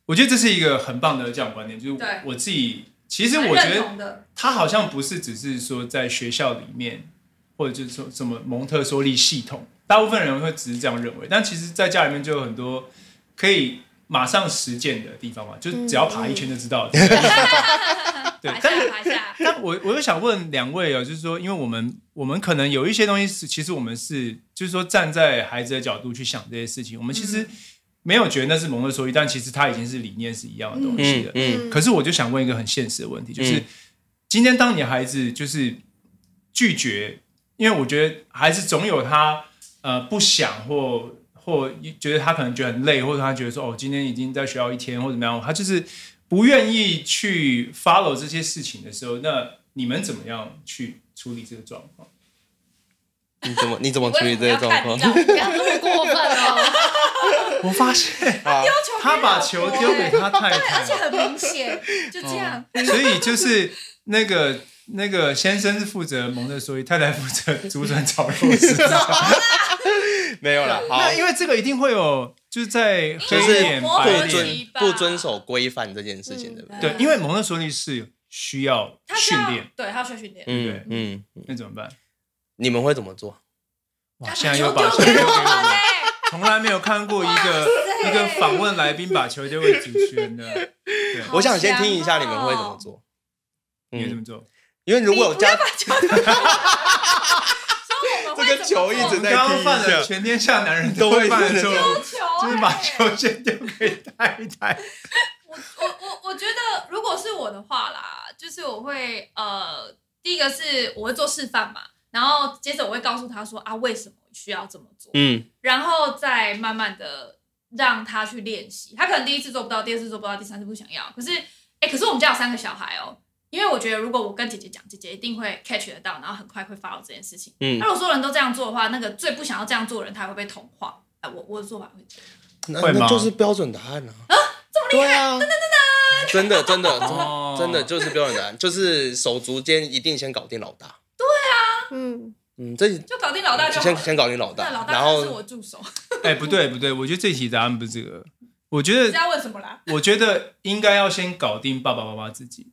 [SPEAKER 1] 我觉得这是一个很棒的教养观念，就是
[SPEAKER 3] 对
[SPEAKER 1] 我我自己其实
[SPEAKER 3] 蛮
[SPEAKER 1] 我觉
[SPEAKER 3] 认
[SPEAKER 1] 得
[SPEAKER 3] 同的，
[SPEAKER 1] 它好像不是只是说在学校里面，或者就是说什么蒙特梭利系统，大部分人会只是这样认为，但其实在家里面就有很多可以马上实践的地方嘛，就只要
[SPEAKER 3] 嗯
[SPEAKER 1] 爬一圈就知道 了。对
[SPEAKER 3] 爬下爬下，
[SPEAKER 1] 但我我又想问两位哦，就是说，因为我们我们可能有一些东西是，其实我们是就是说站在孩子的角度去想这些事情，我们其实没有觉得那是蒙特梭利，但其实它已经是理念是一样的东西了。
[SPEAKER 2] 嗯
[SPEAKER 1] 可是我就想问一个很现实的问题，就是、
[SPEAKER 2] 嗯
[SPEAKER 1] 今天当你孩子就是拒绝，因为我觉得孩子总有他呃不想或或觉得他可能觉得很累，或者他觉得说哦今天已经在学校一天或怎么样，他就是不愿意去 follow 这些事情的时候，那你们怎么样去处理这个状况？
[SPEAKER 2] 你怎么你怎么处理这些状况？
[SPEAKER 4] 不要这么过分哦，
[SPEAKER 1] 我发现
[SPEAKER 2] 啊
[SPEAKER 1] 他把球丢给他太太，
[SPEAKER 3] 而且很明显，就这
[SPEAKER 2] 嗯
[SPEAKER 3] 样。
[SPEAKER 1] 所以就是那个那个先生是负责蒙特梭利，太太负责竹笋炒肉丝。
[SPEAKER 2] 没有啦，好
[SPEAKER 1] 那，因为这个一定会有，就是在
[SPEAKER 2] 就
[SPEAKER 1] 黑
[SPEAKER 2] 是
[SPEAKER 1] 脸
[SPEAKER 2] 不
[SPEAKER 1] 白
[SPEAKER 3] 就是
[SPEAKER 1] 脸，
[SPEAKER 2] 遵不遵守规范这件事情，对不对？
[SPEAKER 1] 对，因为蒙特梭利是需要
[SPEAKER 3] 他需
[SPEAKER 1] 训
[SPEAKER 3] 要
[SPEAKER 1] 练，，
[SPEAKER 3] 对他需要训练。
[SPEAKER 2] 嗯嗯，
[SPEAKER 1] 那怎么办？
[SPEAKER 2] 你们会怎么做？
[SPEAKER 1] 哇，
[SPEAKER 3] 他
[SPEAKER 1] 现
[SPEAKER 3] 把
[SPEAKER 1] 在
[SPEAKER 3] 球
[SPEAKER 1] 又把
[SPEAKER 3] 丢
[SPEAKER 1] 球
[SPEAKER 3] 给
[SPEAKER 1] 丢给
[SPEAKER 3] 我
[SPEAKER 1] 我
[SPEAKER 3] 们
[SPEAKER 1] 们，
[SPEAKER 3] 嘞，
[SPEAKER 1] 从来没有看过一个一个访问来宾把球丢给主持人的，对，
[SPEAKER 3] 好
[SPEAKER 2] 我想先听一下
[SPEAKER 3] 香
[SPEAKER 2] 你们会怎么
[SPEAKER 3] 哦
[SPEAKER 2] 做。
[SPEAKER 1] 你会怎
[SPEAKER 2] 嗯，
[SPEAKER 1] 么做？
[SPEAKER 2] 因为如果有
[SPEAKER 3] 你不要
[SPEAKER 2] 家
[SPEAKER 3] 把球丢给我们，说我们会
[SPEAKER 2] 这个
[SPEAKER 3] 怎么
[SPEAKER 2] 球一
[SPEAKER 3] 做
[SPEAKER 2] 直
[SPEAKER 1] 我们
[SPEAKER 2] 在
[SPEAKER 1] 刚
[SPEAKER 2] 听
[SPEAKER 1] 刚犯
[SPEAKER 2] 一
[SPEAKER 1] 了
[SPEAKER 2] 下，
[SPEAKER 1] 全天下男人
[SPEAKER 2] 都
[SPEAKER 1] 都
[SPEAKER 2] 会
[SPEAKER 1] 会犯的错
[SPEAKER 2] 犯
[SPEAKER 1] 误
[SPEAKER 3] 球
[SPEAKER 2] 的，
[SPEAKER 1] 就是
[SPEAKER 3] 欸
[SPEAKER 1] 把球先丢给太太。
[SPEAKER 3] 我我我我觉得，如果是我的话啦，就是我会呃，第一个是我会做示范嘛，然后接着我会告诉他说啊，为什么需要这么做，
[SPEAKER 2] 嗯
[SPEAKER 3] 然后再慢慢的让他去练习。他可能第一次做不到，第二次做不到，第三次不想要。可是，哎，可是我们家有三个小孩哦，因为我觉得如果我跟姐姐讲，姐姐一定会 catch 得到，然后很快会发到这件事情。
[SPEAKER 2] 嗯
[SPEAKER 3] 那，如果所有人都这样做的话，那个最不想要这样做的人，他会被同化。哎，我我的做法会这样。
[SPEAKER 2] 那
[SPEAKER 1] 会吗
[SPEAKER 2] 那就是标准答案啊！啊，这么厉害！啊、真的真的
[SPEAKER 1] 哦
[SPEAKER 2] 真的就是标准答案，就是手足间一定先搞定老大。
[SPEAKER 4] 嗯，
[SPEAKER 2] 嗯，这
[SPEAKER 3] 就搞定老大就好
[SPEAKER 2] 先
[SPEAKER 3] 了。
[SPEAKER 2] 先搞定老
[SPEAKER 3] 那
[SPEAKER 2] 大，
[SPEAKER 3] 老
[SPEAKER 2] 然
[SPEAKER 3] 大就是
[SPEAKER 2] 后
[SPEAKER 3] 我助手，
[SPEAKER 1] 哎，不对不对，我觉得这题答案不是这个，我觉
[SPEAKER 3] 你知
[SPEAKER 1] 得
[SPEAKER 3] 道问什么
[SPEAKER 2] 嗯
[SPEAKER 3] 啦？
[SPEAKER 1] 我觉得应该要先搞定爸爸妈妈自己。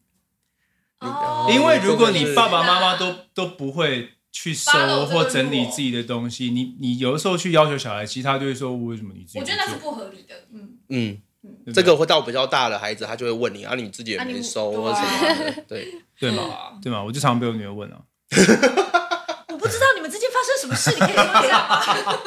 [SPEAKER 2] 哦
[SPEAKER 1] 因为如果
[SPEAKER 2] 这个
[SPEAKER 1] 你
[SPEAKER 2] 是
[SPEAKER 1] 爸爸妈妈都都不会去收
[SPEAKER 3] Follow 啊这个
[SPEAKER 1] 或整理自己的东西，你你有的时候去要求小孩，其实他就会说为什么你自己
[SPEAKER 3] 我
[SPEAKER 1] 不
[SPEAKER 3] 觉
[SPEAKER 1] 做？
[SPEAKER 3] 得那是不合理的。嗯，
[SPEAKER 2] 嗯，
[SPEAKER 1] 对不对
[SPEAKER 2] 这个会到比较大的孩子，他就会问你啊，你自己也
[SPEAKER 3] 啊你
[SPEAKER 2] 没收
[SPEAKER 3] 对啊
[SPEAKER 2] 或什么的，对，
[SPEAKER 1] 对
[SPEAKER 3] 对
[SPEAKER 1] 吗？
[SPEAKER 3] 啊
[SPEAKER 1] 对吗？我就常被我女儿问啊，
[SPEAKER 3] 我不知道你们之间发生什么事，你可以说一下吗？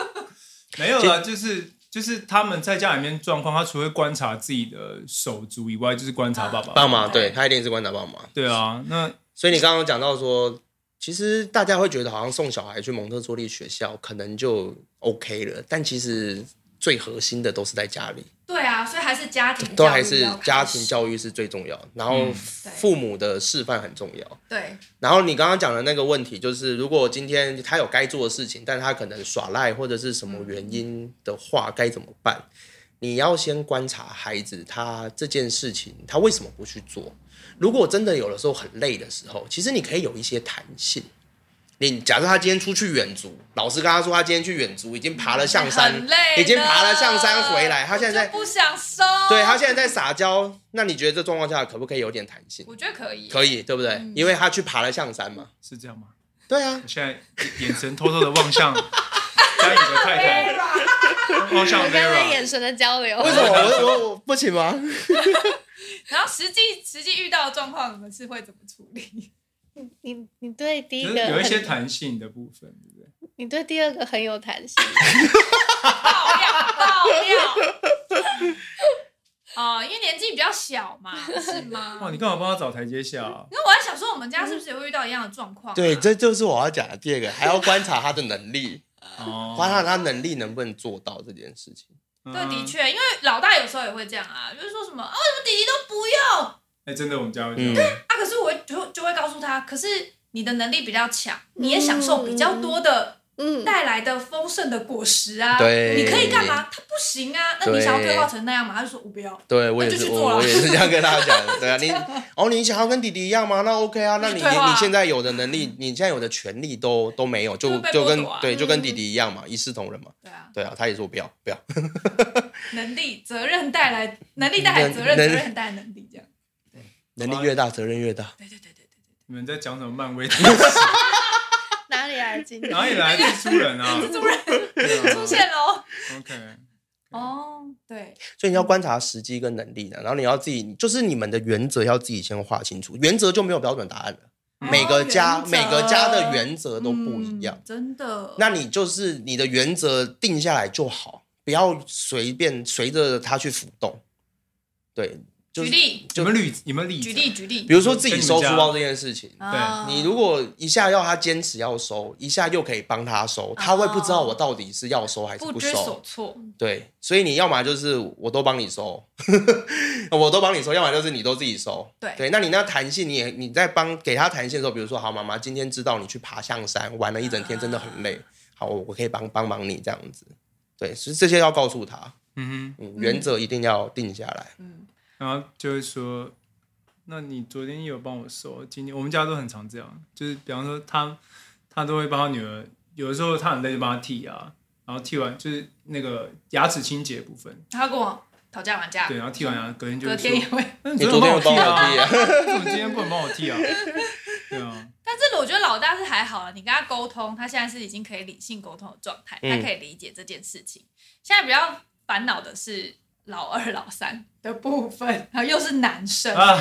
[SPEAKER 1] 没有啦，就是就是他们在家里面状况，他除了观察自己的手足以外，就是观察爸爸
[SPEAKER 2] 爸妈
[SPEAKER 3] 对
[SPEAKER 2] 对他一定是观察爸妈，
[SPEAKER 1] 对啊，那
[SPEAKER 2] 所以你刚刚讲到说，其实大家会觉得好像送小孩去蒙特梭利学校可能就 OK 了，但其实最核心的都是在家里。
[SPEAKER 3] 对啊，所以还是家庭教育
[SPEAKER 2] 都还是
[SPEAKER 3] 要开始
[SPEAKER 2] 家庭教育是最重要，然后
[SPEAKER 1] 嗯
[SPEAKER 2] 父母的示范很重要。
[SPEAKER 3] 对
[SPEAKER 2] 然后你刚刚讲的那个问题，就是如果今天他有该做的事情，但他可能耍赖或者是什么原因的话，该怎么办？你要先观察孩子他这件事情，他为什么不去做？如果真的有的时候很累的时候，其实你可以有一些弹性。你假设他今天出去远足，老师跟他说他今天去远足，已经爬了象山
[SPEAKER 3] 很，累的，
[SPEAKER 2] 已经爬了象山回来，他现在
[SPEAKER 3] 我
[SPEAKER 2] 在
[SPEAKER 3] 就不想收。
[SPEAKER 2] 对他现在在撒娇，那你觉得这状况下可不可以有点弹性？嗯
[SPEAKER 3] 我觉得可以，
[SPEAKER 2] 可以，对不对？因为他去爬了象山嘛。
[SPEAKER 1] 是这样吗？
[SPEAKER 2] 对啊
[SPEAKER 1] 我，现在眼神偷偷的望向 佳颖的太 太，望向
[SPEAKER 4] 我刚才
[SPEAKER 1] Vera，
[SPEAKER 4] 眼神的交流，
[SPEAKER 2] 为什么我我我不行吗？
[SPEAKER 3] 然后实际实际遇到的状况，你们是会怎么处理？
[SPEAKER 4] 你你对第一
[SPEAKER 1] 就
[SPEAKER 4] 个
[SPEAKER 1] 是有一些
[SPEAKER 4] 很
[SPEAKER 1] 弹性的部分，对不对？
[SPEAKER 4] 你对第二个很有弹性，
[SPEAKER 3] 爆料爆料。 哦，因为年纪比较小嘛， 是吗？
[SPEAKER 1] 哦哇，你干嘛帮他找台阶下啊？
[SPEAKER 3] 因为我在想说，我们家是不是也会遇到一样的状况、啊？
[SPEAKER 2] 对，这就是我要讲的第二个，还要观察他的能力，
[SPEAKER 1] 哦嗯
[SPEAKER 2] 观察他能力能不能做到这件事情。
[SPEAKER 3] 对，的，确，因为老大有时候也会这样啊，就是说什么啊，为什么弟弟都不用啊？
[SPEAKER 1] 哎，真的我们家会这
[SPEAKER 2] 嗯
[SPEAKER 1] 样，
[SPEAKER 3] 可是我会就就会告诉他，可是你的能力比较强，你也享受比较多的
[SPEAKER 4] 嗯，
[SPEAKER 3] 带来的丰盛的果实啊，
[SPEAKER 2] 对
[SPEAKER 3] 你可以干嘛？他不行啊，那你
[SPEAKER 2] 对
[SPEAKER 3] 想要退化成那样吗？他就说我不 要，
[SPEAKER 2] 对我也，
[SPEAKER 3] 那就是去做
[SPEAKER 2] 我
[SPEAKER 3] 了
[SPEAKER 2] 我也是这样跟他讲 的。对啊，你哦，你想要跟弟弟一样吗？那 OK 啊，那你
[SPEAKER 3] 你
[SPEAKER 2] 你
[SPEAKER 3] 退化
[SPEAKER 2] 你现在有的能力，你现在有的权利都都没有，
[SPEAKER 3] 就
[SPEAKER 2] 就
[SPEAKER 3] 被剥
[SPEAKER 2] 就跟
[SPEAKER 3] 夺啊
[SPEAKER 2] 对，就跟弟弟一样嘛，一视同仁嘛。
[SPEAKER 3] 对啊，
[SPEAKER 2] 对啊，他也说不要不要。
[SPEAKER 3] 能力、责任带来能力带来责任，责
[SPEAKER 2] 能
[SPEAKER 3] 任带来能力，这样。
[SPEAKER 2] 能力越大，责任越大。
[SPEAKER 3] 对对对对对，
[SPEAKER 1] 你们在讲什么漫威？
[SPEAKER 4] 哪里啊来的经 历？
[SPEAKER 1] 哪里来的蜘蛛人啊？
[SPEAKER 3] 蜘蛛人
[SPEAKER 1] 对啊
[SPEAKER 3] 出现喽。
[SPEAKER 1] OK，
[SPEAKER 3] 哦，对，
[SPEAKER 2] 所以你要观察时机跟能力的，啊然后你要自己，就是你们的原则要自己先画清楚，原则就没有标准答案了。每个家
[SPEAKER 3] 哦
[SPEAKER 2] 每个家的原则都不一样，
[SPEAKER 3] 嗯真的。
[SPEAKER 2] 那你就是你的原则定下来就好，不要随便随着它去浮动。对，就
[SPEAKER 3] 举
[SPEAKER 2] 是
[SPEAKER 3] 例
[SPEAKER 1] 你们例你们例
[SPEAKER 3] 举例举例
[SPEAKER 2] 比，如说自己收书包这件事情，
[SPEAKER 3] 啊
[SPEAKER 2] 你如果一下要他坚持要收，一下又可以帮他收，他会不知道我到底是要收还
[SPEAKER 3] 嗯
[SPEAKER 2] 是
[SPEAKER 3] 不
[SPEAKER 2] 不
[SPEAKER 3] 知
[SPEAKER 2] 收。
[SPEAKER 3] 所措，
[SPEAKER 2] 对，所以你要么就是我都帮你收， 我都帮你收，要么就是你都自己收。
[SPEAKER 3] 对
[SPEAKER 2] 对，那你那弹性你，也你在帮给他弹性的时候，比如说，好妈妈，今天知道你去爬象山玩了一整天，真的很累，好，我我可以帮帮忙你这样子。对，所以这些要告诉他，
[SPEAKER 1] 嗯哼，
[SPEAKER 2] 嗯，原则一定要定下来。
[SPEAKER 3] 嗯
[SPEAKER 1] 然后就会说，那你昨天有帮我收，今天我们家都很常这样，就是比方说他他都会帮他女儿，有的时候他很累就帮他剃牙，然后剃完就是那个牙齿清洁的部分，
[SPEAKER 3] 他跟我讨价还价，
[SPEAKER 1] 对，然后剃完牙隔天就
[SPEAKER 3] 隔
[SPEAKER 1] 会
[SPEAKER 3] 天也
[SPEAKER 1] 说，哎
[SPEAKER 3] 会。
[SPEAKER 1] 那
[SPEAKER 2] 你昨
[SPEAKER 1] 昨
[SPEAKER 2] 天
[SPEAKER 1] 天
[SPEAKER 2] 有
[SPEAKER 1] 有
[SPEAKER 2] 帮
[SPEAKER 1] 帮我剃
[SPEAKER 2] 我剃
[SPEAKER 1] 啊，
[SPEAKER 2] 啊？
[SPEAKER 1] 为什么今天不能帮我 剃啊？对啊，
[SPEAKER 3] 但这个我觉得老大是还好了，你跟他沟通，他现在是已经可以理性沟通的状态，
[SPEAKER 2] 嗯
[SPEAKER 3] 他可以理解这件事情。现在比较烦恼的是老二、老三的部分， 然后又是男生。
[SPEAKER 1] 啊，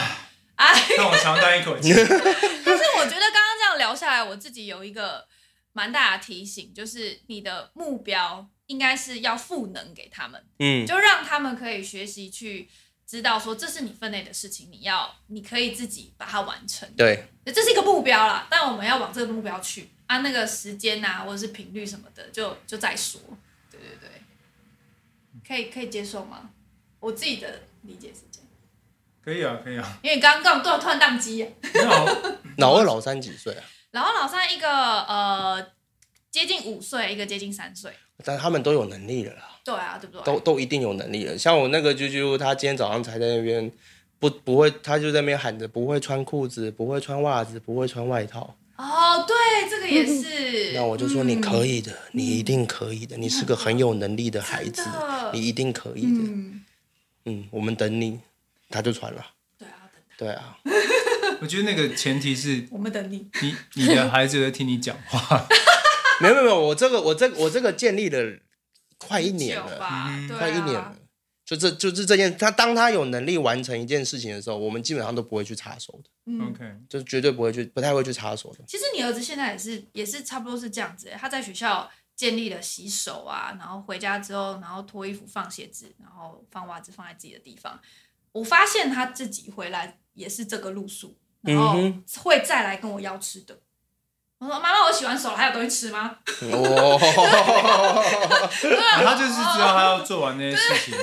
[SPEAKER 3] 哎，
[SPEAKER 1] 让我长叹一口气，
[SPEAKER 3] 但是我觉得刚刚这样聊下来，我自己有一个蛮大的提醒，就是你的目标应该是要赋能给他们。
[SPEAKER 2] 嗯，
[SPEAKER 3] 就让他们可以学习去知道说这是你分内的事情，你要你可以自己把它完成，
[SPEAKER 2] 对，
[SPEAKER 3] 这是一个目标啦。但我们要往这个目标去啊，那个时间啊或者是频率什么的，就就再说。对对对，可以可以接受吗？我自己的理解是这样，
[SPEAKER 1] 可以啊，可以啊，
[SPEAKER 3] 因为你刚刚刚突然宕机、
[SPEAKER 1] 没有，
[SPEAKER 2] 老二老三几岁啊？
[SPEAKER 3] 然后老三一个呃接近五岁，一个接近三岁，
[SPEAKER 2] 但他们都有能力了啦。
[SPEAKER 3] 对啊，对不对？
[SPEAKER 2] 都都一定有能力的。像我那个啾啾，他今天早上才在那边不不会，他就在那边喊着不会穿裤子，不会穿袜子，不会穿外套。
[SPEAKER 3] 哦，对，这个也是。
[SPEAKER 2] 那我就说
[SPEAKER 3] 嗯
[SPEAKER 2] 你可以的，你一定可以的，你是个很有能力的孩子
[SPEAKER 3] 真的，
[SPEAKER 2] 你一定可以的。
[SPEAKER 3] 嗯，
[SPEAKER 2] 嗯，我们等你，他就穿了。
[SPEAKER 3] 对啊，等等
[SPEAKER 2] 对啊，
[SPEAKER 1] 我觉得那个前提是
[SPEAKER 3] 我们等你。
[SPEAKER 1] 你你的孩子在听你讲话，
[SPEAKER 2] 没有没有没有，我这个我这个我这个建立了快一年
[SPEAKER 3] 久
[SPEAKER 2] 了，
[SPEAKER 3] 吧，
[SPEAKER 1] 嗯
[SPEAKER 3] 对啊
[SPEAKER 2] 快一年了。就这就是这件，他当他有能力完成一件事情的时候，我们基本上都不会去插手的，
[SPEAKER 3] 嗯，
[SPEAKER 1] OK，
[SPEAKER 2] 就是绝对不会去，不太会去插手的。
[SPEAKER 3] 其实你儿子现在也是也是差不多是这样子欸，他在学校建立了洗手啊，然后回家之后，然后脱衣服、放鞋子，然后放袜子放在自己的地方。我发现他自己回来也是这个路数，然后
[SPEAKER 2] 嗯
[SPEAKER 3] 会再来跟我要吃的。我说妈妈，我洗完手了，还有东西 吃吗？ 啊
[SPEAKER 2] 哦，
[SPEAKER 1] 啊哦他就是知道他要做完那些事情，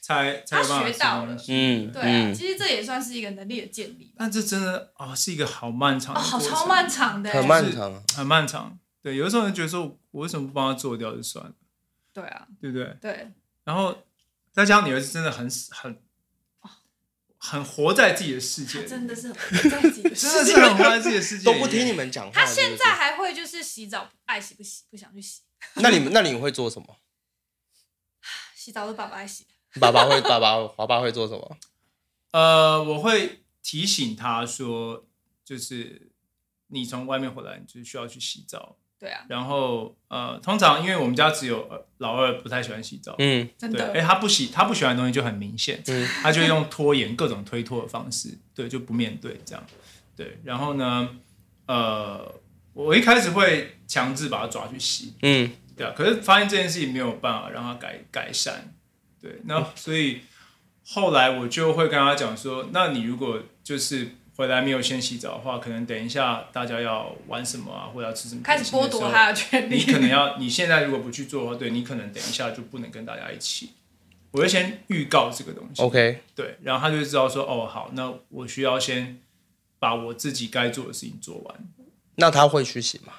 [SPEAKER 1] 才才有办法
[SPEAKER 3] 他学到
[SPEAKER 1] 吃
[SPEAKER 3] 了
[SPEAKER 1] 东西
[SPEAKER 2] 嗯，
[SPEAKER 3] 对啊，
[SPEAKER 2] 嗯，
[SPEAKER 3] 其实这也算是一个能力的建立吧。
[SPEAKER 1] 但这真的哦，是一个好漫长
[SPEAKER 3] 哦，
[SPEAKER 1] 的
[SPEAKER 3] 好
[SPEAKER 1] 过程
[SPEAKER 3] 超漫长的欸，
[SPEAKER 2] 很漫长啊。
[SPEAKER 1] 很漫长。对，有的时候人觉得说，我为什么不帮他做掉就算了，
[SPEAKER 3] 对啊，
[SPEAKER 1] 对不对？
[SPEAKER 3] 对，
[SPEAKER 1] 然后再加上你儿子真的很很很活在自己的世界
[SPEAKER 3] 他
[SPEAKER 1] 里，
[SPEAKER 3] 真的 是很在己的
[SPEAKER 1] 真的是很活在自己的世界，
[SPEAKER 2] 都不听你。们讲话。
[SPEAKER 3] 他现在
[SPEAKER 2] 对
[SPEAKER 3] 还会就是洗澡爱洗不洗，不想去洗，
[SPEAKER 2] 不对，那你们那你会做什么？
[SPEAKER 3] 洗澡都爸爸爱洗。
[SPEAKER 2] 爸爸会，爸 爸华爸会做什么？
[SPEAKER 1] 呃，我会提醒他说，就是你从外面回来，你就是需要去洗澡。
[SPEAKER 3] 对啊，
[SPEAKER 1] 然后呃，通常因为我们家只有呃老二不太喜欢洗澡，
[SPEAKER 2] 嗯
[SPEAKER 3] 真
[SPEAKER 1] 对，
[SPEAKER 3] 的。
[SPEAKER 1] 哎，他不喜他不喜欢的东西就很明显，
[SPEAKER 2] 嗯
[SPEAKER 1] 他就用拖延各种推脱的方式，对，就不面对这样，对，然后呢，呃，我一开始会强制把他抓去洗，
[SPEAKER 2] 嗯，
[SPEAKER 1] 对啊，可是发现这件事情没有办法让他改改善，对，
[SPEAKER 3] 嗯
[SPEAKER 1] 那所以后来我就会跟他讲说，那你如果就是回来没有先洗澡的话，可能等一下大家要玩什么啊，或者要吃什么
[SPEAKER 3] 开
[SPEAKER 1] 东西的
[SPEAKER 3] 始
[SPEAKER 1] 时候，
[SPEAKER 3] 剥夺他的权利
[SPEAKER 1] 你。可能要，你现在如果不去做的话，对你可能等一下就不能跟大家一起。我会先预告这个东
[SPEAKER 3] 哦
[SPEAKER 1] 西
[SPEAKER 2] OK，
[SPEAKER 1] 对，然后他就会知道说，哦，好，那我需要先把我自己该做的事情做完。
[SPEAKER 2] 那他会去洗吗？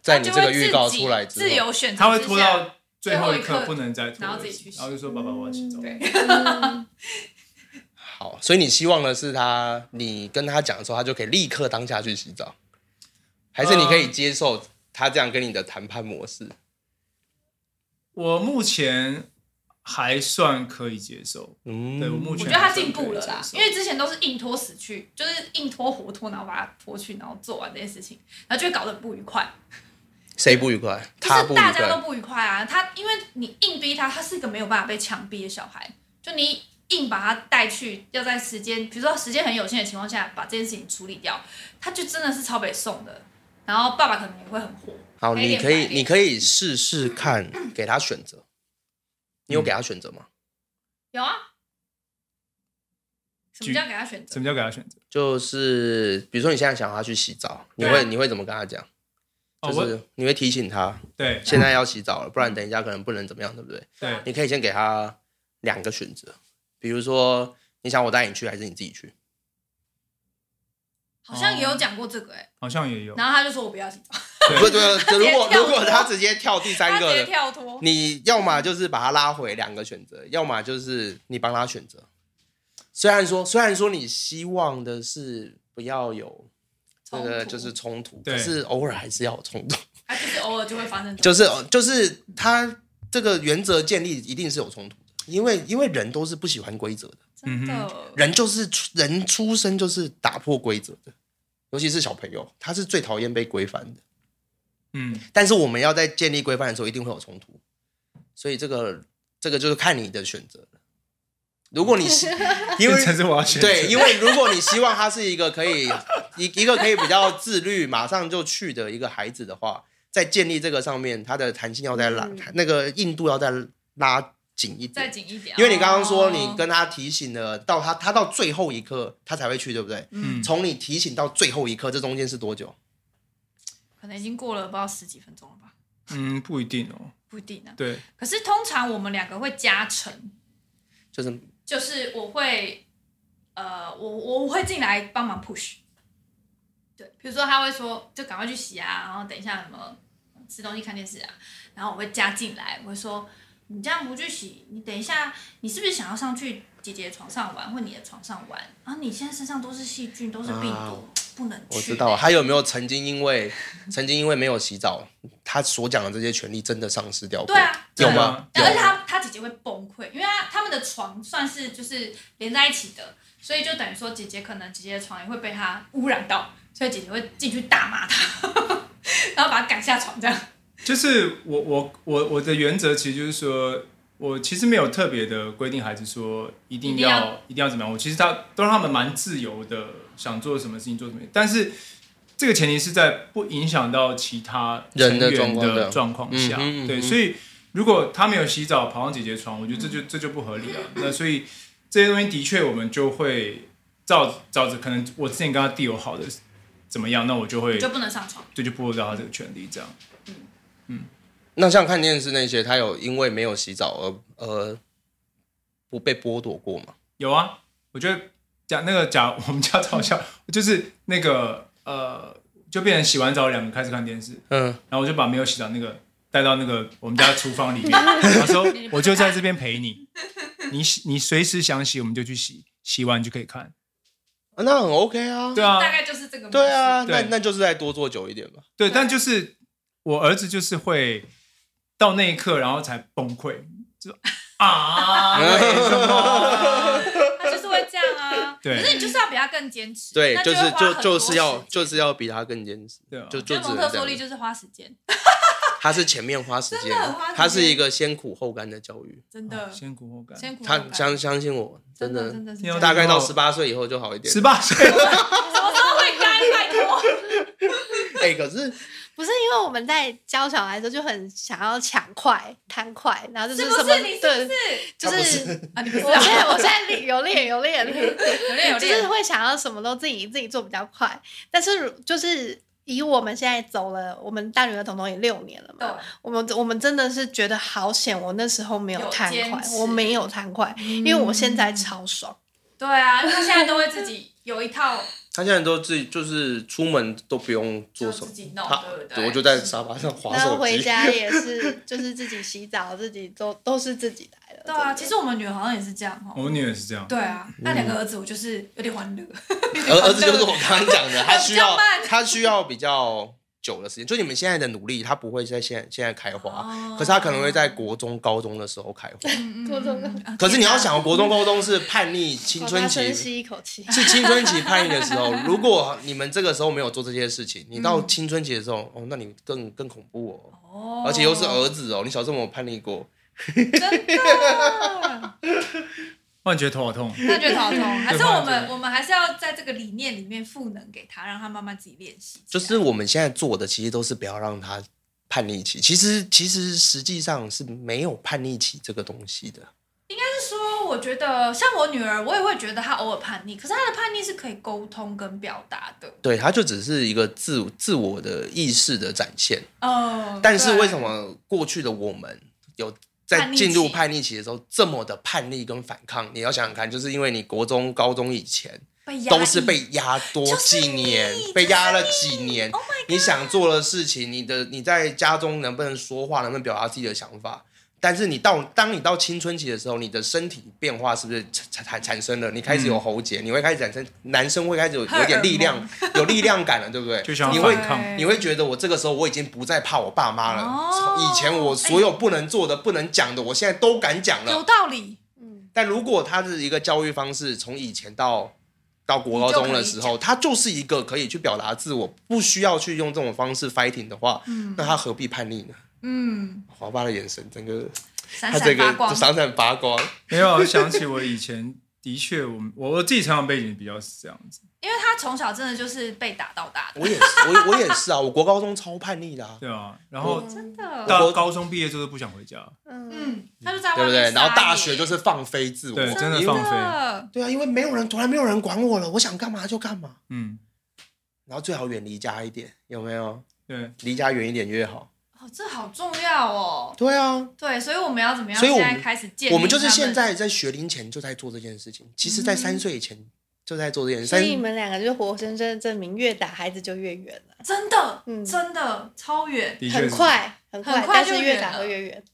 [SPEAKER 2] 在你
[SPEAKER 3] 就
[SPEAKER 2] 这
[SPEAKER 3] 会
[SPEAKER 2] 个
[SPEAKER 3] 自
[SPEAKER 2] 预
[SPEAKER 3] 己
[SPEAKER 2] 告出来之后，
[SPEAKER 3] 自由选
[SPEAKER 1] 他
[SPEAKER 3] 择之下，
[SPEAKER 1] 会拖到最后一
[SPEAKER 3] 最后一
[SPEAKER 1] 刻
[SPEAKER 3] 刻
[SPEAKER 1] 不能再拖
[SPEAKER 3] 然
[SPEAKER 1] 了，
[SPEAKER 3] 后自己去洗
[SPEAKER 1] 然后就说爸爸我要洗澡。
[SPEAKER 3] 对
[SPEAKER 2] 好，所以你希望的是他，你跟他讲的时候，他就可以立刻当下去洗澡，还是你可以接受他这样跟你的谈判模式？
[SPEAKER 1] 我目前还算可以接受，
[SPEAKER 2] 嗯，
[SPEAKER 1] 对我目
[SPEAKER 3] 我
[SPEAKER 1] 前
[SPEAKER 3] 觉得他
[SPEAKER 1] 还算
[SPEAKER 3] 进
[SPEAKER 1] 可以
[SPEAKER 3] 步了啦
[SPEAKER 1] 接，受
[SPEAKER 3] 因为之前都是硬拖死去，就是硬拖活拖，然后把他拖去，然后做完这些事情，然后就会搞得很不愉快，
[SPEAKER 2] 谁不愉快？
[SPEAKER 3] 就
[SPEAKER 2] 他
[SPEAKER 3] 是
[SPEAKER 2] 不愉
[SPEAKER 3] 大家都
[SPEAKER 2] 快。
[SPEAKER 3] 不愉快啊。他因为你硬逼他，他是一个没有办法被强逼的小孩，就你硬把他带去，要在时间，比如说时间很有限的情况下把这件事情处理掉，他就真的是超北宋的。然后爸爸可能也会很火，
[SPEAKER 2] 好，
[SPEAKER 3] 黑
[SPEAKER 2] 你
[SPEAKER 3] 脸
[SPEAKER 2] 可以
[SPEAKER 3] 白，脸
[SPEAKER 2] 你可以试试看，给他选择。你有给他选择吗？
[SPEAKER 3] 有啊。什么
[SPEAKER 1] 举
[SPEAKER 3] 叫给他选择
[SPEAKER 1] 什？么叫给他选择？
[SPEAKER 2] 就是比如说你现在想要他去洗澡，你
[SPEAKER 3] 对
[SPEAKER 2] 会
[SPEAKER 3] 啊
[SPEAKER 2] 你会怎么跟他讲？
[SPEAKER 1] 哦，
[SPEAKER 2] 就
[SPEAKER 1] 我
[SPEAKER 2] 是你会提醒他
[SPEAKER 1] 对
[SPEAKER 2] 现在要洗澡了，不然等一下可能不能怎么样，对不对？
[SPEAKER 1] 对
[SPEAKER 2] 你可以先给他两个选择，比如说你想我带你去还是你自己去？
[SPEAKER 3] 好像也有讲过这个哎、
[SPEAKER 1] 好像也
[SPEAKER 2] 哦
[SPEAKER 1] 有，
[SPEAKER 3] 然后他就说我不要洗澡，
[SPEAKER 2] 不
[SPEAKER 1] 对，
[SPEAKER 2] 对，对如果
[SPEAKER 3] 跳
[SPEAKER 2] 如果
[SPEAKER 3] 脱
[SPEAKER 2] 他直接跳第
[SPEAKER 3] 他
[SPEAKER 2] 三
[SPEAKER 3] 直
[SPEAKER 2] 个
[SPEAKER 3] 接
[SPEAKER 2] 了，
[SPEAKER 3] 跳脱。
[SPEAKER 2] 你要么就是把他拉回两个选择，要么就是你帮他选择。虽然说虽然说你希望的是不要有这个
[SPEAKER 3] 冲突
[SPEAKER 2] 就是冲突，
[SPEAKER 1] 对
[SPEAKER 2] 可是偶尔还是要有冲突，
[SPEAKER 3] 他就是偶尔就会发生这种，
[SPEAKER 2] 就是就是他这个原则建立一定是有冲突的，因为因为人都是不喜欢规则的。
[SPEAKER 3] 真
[SPEAKER 1] 嗯
[SPEAKER 3] 的。
[SPEAKER 2] 人就是出人出生就是打破规则的，尤其是小朋友，他是最讨厌被规范的。
[SPEAKER 1] 嗯，
[SPEAKER 2] 但是我们要在建立规范的时候，一定会有冲突，所以这个这个就是看你的选择了。如果你希 因 为
[SPEAKER 1] 变成是我要选择，
[SPEAKER 2] 对，因为如果你希望他是一个可以一 一个可以比较自律，马上就去的一个孩子的话，在建立这个上面，他的弹性要再拉，
[SPEAKER 4] 嗯
[SPEAKER 2] 那个硬度要再拉紧一
[SPEAKER 3] 再
[SPEAKER 2] 点。
[SPEAKER 3] 紧一点，
[SPEAKER 2] 因为你刚刚说你
[SPEAKER 3] 哦
[SPEAKER 2] 跟他提醒了，到他他到最后一刻他才会去，对不对？
[SPEAKER 1] 嗯，
[SPEAKER 2] 从你提醒到最后一刻，这中间是多久？
[SPEAKER 3] 可能已经过了不知道十几分钟了吧，
[SPEAKER 1] 嗯，不一定哦，
[SPEAKER 3] 不一定呢。
[SPEAKER 1] 对，
[SPEAKER 3] 可是通常我们两个会加成，
[SPEAKER 2] 就是
[SPEAKER 3] 就是我会，呃，我我会进来帮忙 push。对，比如说他会说就赶快去洗啊，然后等一下什么吃东西看电视啊，然后我会加进来，我会说你这样不去洗，你等一下你是不是想要上去姐姐床上玩或你的床上玩？然后你现在身上都是细菌，都是病毒，
[SPEAKER 2] 啊
[SPEAKER 3] 不能去。欸
[SPEAKER 2] 我知道 了他有没有曾经因为曾经因为没有洗澡，他所讲的这些权利真的丧失掉过？
[SPEAKER 3] 对啊，
[SPEAKER 2] 有
[SPEAKER 1] 对
[SPEAKER 2] 吗
[SPEAKER 1] 啊？
[SPEAKER 2] 有
[SPEAKER 3] 但而且他他姐姐会崩溃，因为他他们的床算是就是连在一起的，所以就等于说姐姐可能姐姐的床也会被他污染到，所以姐姐会进去大骂他， 然后把他赶下床这样。
[SPEAKER 1] 就是我我我我的原则其实就是说，我其实没有特别的规定孩子说一定要
[SPEAKER 3] 一
[SPEAKER 1] 一定
[SPEAKER 3] 定要
[SPEAKER 1] 要怎么样，我其实他都让他们蛮自由的，想做什么事情做什么事情，但是这个前提是在不影响到其他
[SPEAKER 2] 人的
[SPEAKER 1] 成员
[SPEAKER 2] 状况的
[SPEAKER 1] 的状况下，
[SPEAKER 2] 嗯哼嗯哼
[SPEAKER 1] 对，所以如果他没有洗澡跑上姐姐床，我觉得这就、这就不合理了。那所以这些东西的确我们就会照照着，可能我之前跟他 deal 好的怎么样，那我就会
[SPEAKER 3] 你就不能上床，
[SPEAKER 1] 这就剥夺到他这个权利，这样。
[SPEAKER 2] 那像看电视那些，他有因为没有洗澡而而不被剥夺过吗？
[SPEAKER 1] 有啊，我觉得讲那个讲我们家超笑，就是那个呃，就变成洗完澡两个开始看电视，
[SPEAKER 2] 嗯，
[SPEAKER 1] 然后我就把没有洗澡那个带到那个我们家厨房里 面，他说我就在这边陪你，你洗你随时想洗我们就去洗，洗完就可以看。
[SPEAKER 2] 啊那很 OK 啊。
[SPEAKER 1] 对啊
[SPEAKER 3] 哦大，概就是这个。
[SPEAKER 2] 对，啊，那
[SPEAKER 1] 对
[SPEAKER 2] 那就是再多做久一点吧。
[SPEAKER 1] 对，但就是我儿子就是会到那一刻，然后才崩溃，就 啊，为什么？
[SPEAKER 3] 他就是会这样 啊。
[SPEAKER 1] 对
[SPEAKER 3] 可是你就是要比他更坚持。
[SPEAKER 2] 对，
[SPEAKER 3] 那
[SPEAKER 2] 就
[SPEAKER 3] 就是会花
[SPEAKER 2] 就
[SPEAKER 3] 很多
[SPEAKER 2] 就是要
[SPEAKER 3] 时间
[SPEAKER 2] 就是要比他更坚持，
[SPEAKER 1] 对啊
[SPEAKER 2] 就
[SPEAKER 3] 我觉
[SPEAKER 2] 就
[SPEAKER 3] 得
[SPEAKER 2] 只
[SPEAKER 3] 蒙
[SPEAKER 2] 能
[SPEAKER 3] 特
[SPEAKER 2] 这
[SPEAKER 3] 梭利
[SPEAKER 2] 样。
[SPEAKER 3] 就是花时间，
[SPEAKER 2] 他是前面花时间
[SPEAKER 3] 真的很花时，间
[SPEAKER 2] 他是一个先苦后甘的教育。
[SPEAKER 3] 真的。
[SPEAKER 1] 先苦后甘，
[SPEAKER 3] 先苦后
[SPEAKER 2] 哦他
[SPEAKER 3] 甘
[SPEAKER 2] 相相信我，
[SPEAKER 3] 真
[SPEAKER 2] 真
[SPEAKER 3] 的
[SPEAKER 2] 的
[SPEAKER 3] 真的是
[SPEAKER 1] 你要
[SPEAKER 3] 这
[SPEAKER 2] 大
[SPEAKER 3] 样
[SPEAKER 2] 概到十八岁以后就好一点
[SPEAKER 1] 十。八岁，
[SPEAKER 3] 什么时候会干？拜 托，
[SPEAKER 2] 哎，可是
[SPEAKER 4] 不是因为我们在教小孩的时候就很想要抢快、贪快，然后就是是
[SPEAKER 3] 不
[SPEAKER 4] 什么
[SPEAKER 3] 是？你是
[SPEAKER 4] 对
[SPEAKER 3] 不，是
[SPEAKER 4] 就
[SPEAKER 2] 他不
[SPEAKER 4] 是
[SPEAKER 3] 啊？你不是
[SPEAKER 4] 我
[SPEAKER 3] 啊
[SPEAKER 4] 现在我现在练有练有 练，
[SPEAKER 3] 有练有
[SPEAKER 4] 就是
[SPEAKER 3] 练，
[SPEAKER 4] 会想要什么都自己自己做比较快。但是如就是以我们现在走了，我们大女儿彤彤也六年了嘛，我们我们真的是觉得好险，我那时候没
[SPEAKER 3] 有
[SPEAKER 4] 贪
[SPEAKER 3] 坚
[SPEAKER 4] 快，
[SPEAKER 3] 持嗯
[SPEAKER 4] 我没有贪快，因为我现在超爽。
[SPEAKER 3] 对啊，因为他现在都会自己有一套，
[SPEAKER 2] 他现在都自己就是出门都不用
[SPEAKER 3] 就
[SPEAKER 2] 做什
[SPEAKER 3] 自
[SPEAKER 2] 么，
[SPEAKER 3] 己弄，
[SPEAKER 2] 他
[SPEAKER 3] 对不对？
[SPEAKER 2] 我就在沙发上划
[SPEAKER 4] 然
[SPEAKER 2] 手
[SPEAKER 4] 后回
[SPEAKER 2] 机。
[SPEAKER 4] 家也是，就是自己洗澡，自己都都是自己来的。
[SPEAKER 3] 对啊，
[SPEAKER 4] 真的
[SPEAKER 3] 其实我们女儿好像也是这样
[SPEAKER 1] 我
[SPEAKER 3] 哦。
[SPEAKER 1] 们女儿也是这样，
[SPEAKER 3] 对啊，
[SPEAKER 2] 嗯
[SPEAKER 3] 那两个儿子我就是有点欢乐，
[SPEAKER 2] 儿儿子就是我刚刚讲 的，他需
[SPEAKER 3] 比较
[SPEAKER 2] 要
[SPEAKER 3] 慢
[SPEAKER 2] 他需要比较久的时间，就你们现在的努力，他不会在现在现在开花，
[SPEAKER 3] 哦
[SPEAKER 2] 可是他可能会在国中、高中的时候开花。
[SPEAKER 3] 嗯嗯嗯
[SPEAKER 4] 多多多
[SPEAKER 3] 啊
[SPEAKER 2] 可是你要
[SPEAKER 3] 天哪
[SPEAKER 2] 想，哦国中、高中是叛逆青
[SPEAKER 4] 好
[SPEAKER 2] 春
[SPEAKER 4] 大声
[SPEAKER 2] 期，
[SPEAKER 4] 吸一口气。
[SPEAKER 2] 是青春期叛逆的时候，如果你们这个时候没有做这些事情，你到青春期的时候，哦，那你更更恐怖哦，
[SPEAKER 3] 嗯哦，
[SPEAKER 2] 而且又是儿子哦，你小时候有没有叛逆过？
[SPEAKER 3] 真的，
[SPEAKER 1] 突然觉得头好痛。
[SPEAKER 3] 那觉得头 痛。还是
[SPEAKER 1] 对
[SPEAKER 3] 我
[SPEAKER 1] 突然觉
[SPEAKER 3] 们
[SPEAKER 1] 得
[SPEAKER 3] 我们还是要在这个理念里面赋能给他，让他慢慢自己练习。
[SPEAKER 2] 就是我们现在做的，其实都是不要让他叛逆期。其实其实实际上是没有叛逆期这个东西的。
[SPEAKER 3] 就是说，我觉得像我女儿，我也会觉得她偶尔叛逆，可是她的叛逆是可以沟通跟表达的。
[SPEAKER 2] 对，它就只是一个自自我的意识的展现。
[SPEAKER 3] 嗯，
[SPEAKER 2] 但是
[SPEAKER 3] 对
[SPEAKER 2] 为什？么过去的我们有在
[SPEAKER 3] 叛逆期
[SPEAKER 2] 进入叛逆期的时候这么的叛逆跟反抗？你要想想看，就是因为你国中、高中以前
[SPEAKER 3] 被压抑
[SPEAKER 2] 都是被压多
[SPEAKER 3] 就是
[SPEAKER 2] 几年，
[SPEAKER 3] 你
[SPEAKER 2] 被压了
[SPEAKER 3] 就是
[SPEAKER 2] 几年。
[SPEAKER 3] Oh my
[SPEAKER 2] 你想做的事情，你的你在家中能不能说话，能不能表达自己的想法？但是你到当你到青春期的时候，你的身体变化是不是产产产生了？你开始
[SPEAKER 1] 嗯
[SPEAKER 2] 有喉结，你会开始产生男生会开 始有有
[SPEAKER 3] 荷尔
[SPEAKER 2] 点
[SPEAKER 3] 蒙
[SPEAKER 2] 力量，有力量感了，对不对？
[SPEAKER 1] 就想
[SPEAKER 2] 你
[SPEAKER 1] 要
[SPEAKER 2] 会
[SPEAKER 1] 反抗，
[SPEAKER 2] 你会觉得我这个时候我已经不再怕我爸妈了。
[SPEAKER 3] 哦
[SPEAKER 2] 以前我所有不能做的、不能讲的，我现在都敢讲
[SPEAKER 3] 有
[SPEAKER 2] 了。
[SPEAKER 3] 道理，
[SPEAKER 4] 嗯，
[SPEAKER 2] 但如果他是一个教育方式，从以前到到国高中的时候，他就是一个可以去表达自我，不需要去用这种方式 fighting 的话，
[SPEAKER 3] 嗯
[SPEAKER 2] 那他何必叛逆呢？
[SPEAKER 3] 嗯，
[SPEAKER 2] 华爸的眼神，整个
[SPEAKER 3] 闪
[SPEAKER 2] 他
[SPEAKER 3] 闪发
[SPEAKER 2] 整个
[SPEAKER 3] 光
[SPEAKER 2] 就。闪闪发光。
[SPEAKER 1] 没有啊想起我以前的确，我我我自己成长背景比较是这样子，
[SPEAKER 3] 因为她从小真的就是被打到大的，
[SPEAKER 2] 我也是，我我也是啊，我国高中超叛逆的、啊，
[SPEAKER 1] 对啊。然后
[SPEAKER 3] 真的，
[SPEAKER 1] 到高中毕业之后都不想回家，
[SPEAKER 4] 嗯，
[SPEAKER 3] 嗯，她就在外
[SPEAKER 2] 对
[SPEAKER 3] 面
[SPEAKER 2] 不对？
[SPEAKER 3] 撒野
[SPEAKER 2] 然后大学就是放飞自我，
[SPEAKER 1] 对真的
[SPEAKER 2] 因为
[SPEAKER 1] 放
[SPEAKER 3] 真的
[SPEAKER 2] 对啊，因为没有人，从来没有人管我了，我想干嘛就干嘛。
[SPEAKER 1] 嗯，
[SPEAKER 2] 然后最好远离家一点，有没有？
[SPEAKER 1] 对，
[SPEAKER 2] 离家远一点越好。
[SPEAKER 3] 哦，这好重要哦。
[SPEAKER 2] 对啊，
[SPEAKER 3] 对，所以我们要怎么样？
[SPEAKER 2] 所以我们
[SPEAKER 3] 现在开始建立
[SPEAKER 2] 我们就是
[SPEAKER 3] 他
[SPEAKER 2] 现在在学龄前就在做这件事情，其实在三岁以前就在做这件事。
[SPEAKER 4] 所以你
[SPEAKER 2] 三
[SPEAKER 4] 们两个就活生生的证明，越打孩子就越远了，
[SPEAKER 3] 真的，
[SPEAKER 4] 嗯
[SPEAKER 3] 真的超远，
[SPEAKER 2] 啊
[SPEAKER 1] 的确
[SPEAKER 4] 很
[SPEAKER 1] 是。
[SPEAKER 4] 快很快
[SPEAKER 3] 很，快
[SPEAKER 4] 但
[SPEAKER 3] 就是远
[SPEAKER 4] 越打
[SPEAKER 3] 了
[SPEAKER 4] 会越远。嗯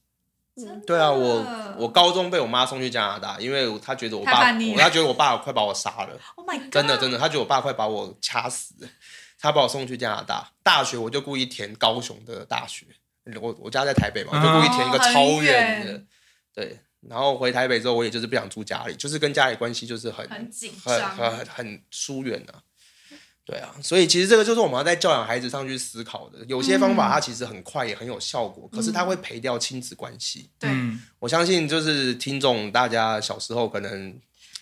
[SPEAKER 3] 真的
[SPEAKER 2] 对啊，我我高中被我妈送去加拿大，因为她觉得我
[SPEAKER 3] 太
[SPEAKER 2] 爸，
[SPEAKER 3] 叛逆了
[SPEAKER 2] 她觉得我爸快把我杀了，
[SPEAKER 3] ，Oh my God，
[SPEAKER 2] 真的真的，她觉得我爸快把我掐死，她把我送去加拿大。大学我就故意填高雄的大学，我我家在台北嘛，我就故意填一个
[SPEAKER 3] 哦很
[SPEAKER 2] 超远
[SPEAKER 3] 远
[SPEAKER 2] 的，对。然后回台北之后，我也就是不想住家里，就是跟家里关系就是很
[SPEAKER 3] 很紧
[SPEAKER 2] 很
[SPEAKER 3] 张，
[SPEAKER 2] 很很疏远啊。对啊，所以其实这个就是我们要在教养孩子上去思考的。有些方
[SPEAKER 3] 嗯
[SPEAKER 2] 法它其实很快也很有效果，可是它会赔掉亲子关系。
[SPEAKER 3] 对，
[SPEAKER 1] 嗯，
[SPEAKER 2] 我相信就是听众大家小时候可能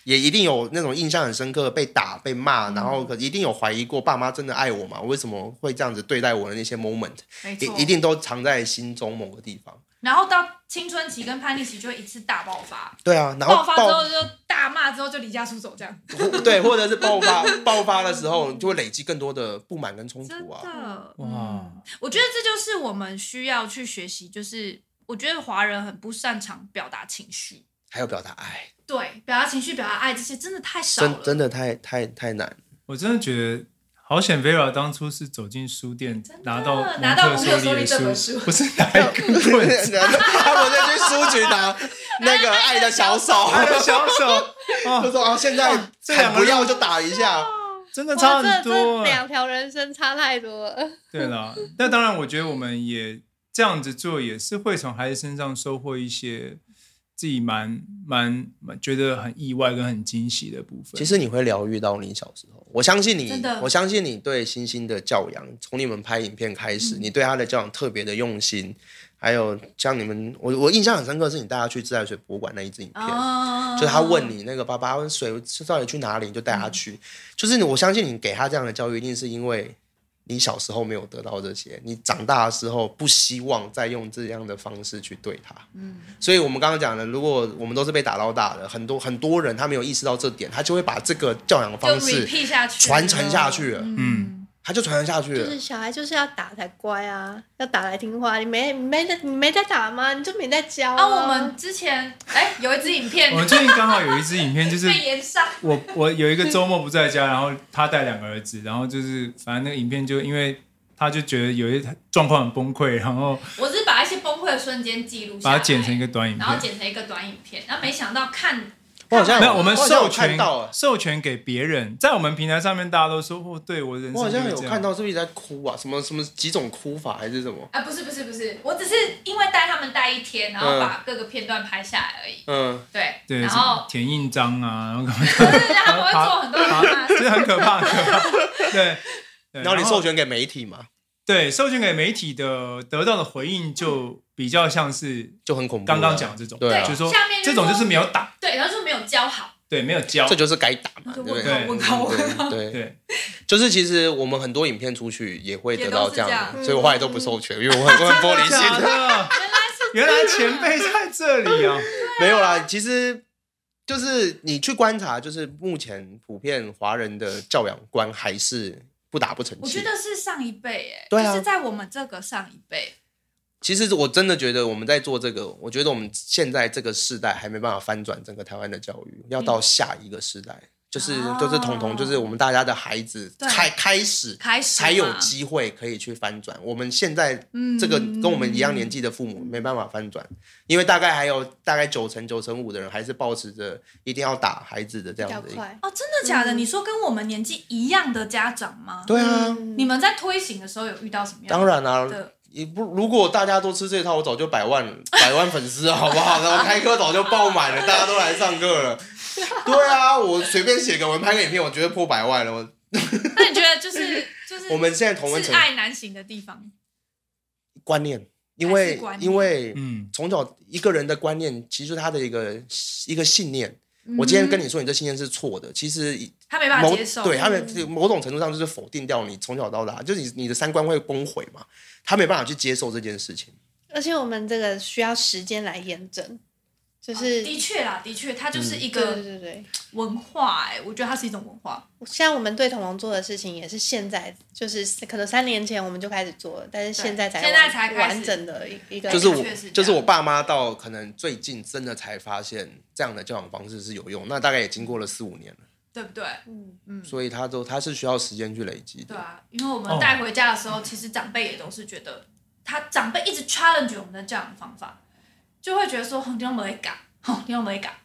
[SPEAKER 2] 也一定有那种印象很深刻，被打被骂，然
[SPEAKER 3] 嗯
[SPEAKER 2] 后可一定有怀疑过爸妈真的爱我吗？为什么会这样子对待我的那些 moment，
[SPEAKER 3] 没错，
[SPEAKER 2] 一一。定都藏在心中某个地方。
[SPEAKER 3] 然后到青春期跟叛逆期就会一次大爆发，
[SPEAKER 2] 对啊，然后
[SPEAKER 3] 爆发之后就大骂，之后就离家出走，这样。
[SPEAKER 2] 或对，或者是 爆 发爆发的时候，就会累积更多的不满跟冲
[SPEAKER 3] 真
[SPEAKER 2] 突啊。
[SPEAKER 3] 的，
[SPEAKER 1] 哇，
[SPEAKER 3] 我觉得这就是我们需要去学习，就是我觉得华人很不擅长表达情绪，
[SPEAKER 2] 还有表达爱，
[SPEAKER 3] 对，表达情绪、表达爱这些真的太少了
[SPEAKER 2] 真。真的太太太难。
[SPEAKER 1] 我真的觉得好险，Vera 当初是走进书店
[SPEAKER 3] 真的
[SPEAKER 1] 拿到
[SPEAKER 3] 拿到
[SPEAKER 1] 蒙
[SPEAKER 3] 蒙
[SPEAKER 1] 特
[SPEAKER 3] 特
[SPEAKER 1] 梭
[SPEAKER 3] 梭
[SPEAKER 1] 利
[SPEAKER 3] 利这
[SPEAKER 1] 的
[SPEAKER 3] 本
[SPEAKER 1] 书，
[SPEAKER 3] 书
[SPEAKER 1] 不是拿一 根棍子，
[SPEAKER 2] 他我再去书局拿那 个爱的小手，
[SPEAKER 1] 他 的哎小手，
[SPEAKER 2] 就
[SPEAKER 1] 哦，
[SPEAKER 2] 说哦，现在
[SPEAKER 1] 这两
[SPEAKER 2] 喊
[SPEAKER 1] 个
[SPEAKER 2] 不要就打一下。
[SPEAKER 1] 真的差
[SPEAKER 4] 哇，这
[SPEAKER 1] 很多
[SPEAKER 4] 这
[SPEAKER 1] 啊。
[SPEAKER 4] 两条人生差太多了。
[SPEAKER 1] 对啦，那当然，我觉得我们也这样子做，也是会从孩子身上收获一些自己蛮蛮蛮觉得很意外跟很惊喜的部分。
[SPEAKER 2] 其实你会疗愈到你小时候，我相信你
[SPEAKER 3] 真的，
[SPEAKER 2] 我相信你对星星的教养，从你们拍影片开始，你对他的教养特别的用心，还有像你们，我我印象很深刻是你带他去自来水博物馆那一支影片，
[SPEAKER 3] 哦，
[SPEAKER 2] 就他问你那个爸爸问水到底去哪里，你就带他去。就是你，我相信你给他这样的教育，一定是因为你小时候没有得到这些，你长大的时候不希望再用这样的方式去对他。嗯，所以我们刚刚讲的，如果我们都是被打到大的，很多很多人他没有意识到这点，他就会把这个教
[SPEAKER 3] 嗯
[SPEAKER 2] 养
[SPEAKER 3] 就
[SPEAKER 2] 方式
[SPEAKER 3] repeat 下去，
[SPEAKER 2] 传承下去了，
[SPEAKER 1] 嗯，
[SPEAKER 2] 他就传承下去
[SPEAKER 4] 就
[SPEAKER 2] 了。
[SPEAKER 4] 是小孩就是要打才乖啊，要打来听话。你没你没在你没在打吗？你就没在教
[SPEAKER 3] 啊，我们之前哎有一支影片
[SPEAKER 1] 我们最近刚好有一支影片，就是
[SPEAKER 3] 被延上，
[SPEAKER 1] 我我有一个周末不在家，然后他带两个儿子，然后就是反正那个影片就因为他就觉得有一状况很崩溃，然后
[SPEAKER 3] 我是把一些崩溃的瞬间记录下
[SPEAKER 1] 把
[SPEAKER 3] 来，
[SPEAKER 1] 它剪成一个短影
[SPEAKER 3] 然后
[SPEAKER 2] 哦
[SPEAKER 1] 片。
[SPEAKER 3] 剪成一个短影片，然后没想到看
[SPEAKER 2] 我好像
[SPEAKER 1] 没有，我们
[SPEAKER 2] 好像
[SPEAKER 1] 授
[SPEAKER 2] 有看
[SPEAKER 1] 权
[SPEAKER 2] 到啊了，
[SPEAKER 1] 授权给别人，在我们平台上面，大家都说哦，对我人
[SPEAKER 2] 我
[SPEAKER 1] 生
[SPEAKER 2] 好
[SPEAKER 1] 就
[SPEAKER 2] 像
[SPEAKER 1] 是
[SPEAKER 2] 有
[SPEAKER 1] 这
[SPEAKER 2] 看
[SPEAKER 1] 样。
[SPEAKER 2] 到是不是在哭啊？什么什么几种哭法还是什么？
[SPEAKER 3] 啊不是不是不是，我只是因为带他们带一天，然后把各个片段拍下来而已，
[SPEAKER 2] 嗯，
[SPEAKER 3] 对，
[SPEAKER 1] 对，
[SPEAKER 3] 然
[SPEAKER 1] 什么
[SPEAKER 3] 后
[SPEAKER 1] 填印章啊，然后干嘛
[SPEAKER 3] 就是他们会做 很多很多大
[SPEAKER 1] 这是很可怕，很可怕。对，对
[SPEAKER 2] 然后你授权给媒体嘛，
[SPEAKER 1] 对授权给媒体的得到的回应就比较像是
[SPEAKER 2] 就很恐怖了。
[SPEAKER 1] 刚刚讲的这种，
[SPEAKER 2] 对啊
[SPEAKER 1] 就是说
[SPEAKER 3] 下面就
[SPEAKER 1] 这
[SPEAKER 3] 是
[SPEAKER 1] 种
[SPEAKER 3] 说
[SPEAKER 1] 就是没有打，
[SPEAKER 3] 对，然后就没有教好，
[SPEAKER 1] 对，没有教
[SPEAKER 2] 这，就是该打嘛，对
[SPEAKER 3] 就
[SPEAKER 2] 不对？嗯
[SPEAKER 1] 对
[SPEAKER 3] 问号问号问号，
[SPEAKER 2] 对对，
[SPEAKER 1] 对，
[SPEAKER 2] 就是其实我们很多影片出去也会得到这
[SPEAKER 3] 也都是这
[SPEAKER 2] 样的，
[SPEAKER 4] 样
[SPEAKER 2] 所以我后来都不授权，因为我很我很玻璃
[SPEAKER 1] 假
[SPEAKER 2] 心。
[SPEAKER 1] 的，啊原来前辈在这里啊，
[SPEAKER 2] 没有啦，其实就是你去观察，就是目前普遍华人的教养观还是不打不成
[SPEAKER 3] 我觉
[SPEAKER 2] 器。
[SPEAKER 3] 得是上一辈哎，
[SPEAKER 2] 对啊
[SPEAKER 3] 就是在我们这个上一辈，
[SPEAKER 2] 其实我真的觉得我们在做这个，我觉得我们现在这个世代还没办法翻转整个台湾的教育，要到下一个世代，就是
[SPEAKER 3] 哦
[SPEAKER 2] 就是统统就是我们大家的孩子
[SPEAKER 3] 对
[SPEAKER 2] 开开始
[SPEAKER 3] 开始
[SPEAKER 2] 才有
[SPEAKER 3] 嘛
[SPEAKER 2] 机会可以去翻转。我们现在
[SPEAKER 3] 嗯
[SPEAKER 2] 这个跟我们一样年纪的父母没办法翻转，因为大概还有大概九成九成五的人还是保持着一定要打孩子的这样
[SPEAKER 4] 比较
[SPEAKER 2] 子一个。
[SPEAKER 4] 快。
[SPEAKER 3] 哦，真的假的？
[SPEAKER 4] 嗯
[SPEAKER 3] 你说跟我们年纪一样的家长吗？
[SPEAKER 2] 对啊，
[SPEAKER 4] 嗯
[SPEAKER 3] 你们在推行的时候有遇到什么样的？
[SPEAKER 2] 当然啦、
[SPEAKER 3] 的
[SPEAKER 2] 你不如果大家都吃这套，我早就百万百万粉丝了好 不好？然后开课早就爆满了，大家都来上课了。对啊，我随便写个文，拍个影片，我绝对破百万了。我
[SPEAKER 3] 那你觉得就是 就是
[SPEAKER 2] 我们现在同温
[SPEAKER 3] 是
[SPEAKER 2] 层
[SPEAKER 3] 爱难行的地方？
[SPEAKER 2] 观念，因
[SPEAKER 3] 还
[SPEAKER 2] 为
[SPEAKER 3] 是观念
[SPEAKER 2] 因为
[SPEAKER 1] 嗯，
[SPEAKER 2] 从小一个人的观念，其实就是他的一个一个信念。 我今天跟
[SPEAKER 3] 嗯
[SPEAKER 2] 你说，你这信念是错的，其实
[SPEAKER 3] 他没办法
[SPEAKER 2] 某
[SPEAKER 3] 接受，
[SPEAKER 2] 对啊他们某种程度上就是否定掉你从小到大，就是你你的三观会崩毁嘛，他没办法去接受这件事情。
[SPEAKER 4] 而且我们这个需要时间来验证，就是、
[SPEAKER 3] 的确啦，的确，它
[SPEAKER 2] 嗯
[SPEAKER 3] 就是一
[SPEAKER 4] 对对
[SPEAKER 3] 啊个
[SPEAKER 4] 对对，
[SPEAKER 3] 文化哎、我觉得它是一种文化，
[SPEAKER 4] 像我们对恐龙做的事情也是现在，就是可能三年前我们就开始做了，但是现在才
[SPEAKER 3] 现在才开始
[SPEAKER 4] 完整的一一个
[SPEAKER 2] 就是
[SPEAKER 3] 的
[SPEAKER 2] 我
[SPEAKER 3] 确是这样
[SPEAKER 2] 就是我爸妈到可能最近真的才发现这样的教养方式是有用，那大概也经过了四五年了，
[SPEAKER 3] 对不对？
[SPEAKER 4] 嗯
[SPEAKER 3] 嗯，
[SPEAKER 2] 所以他都他是需要时间去累积
[SPEAKER 3] 对
[SPEAKER 2] 的。
[SPEAKER 3] 啊，因为我
[SPEAKER 1] 哦
[SPEAKER 3] 们带回家的时候，其实长辈也都是觉得，他长辈一直 challenge 我们的教养方法，就会觉得说，哼，你没嘎，哼，你没嘎，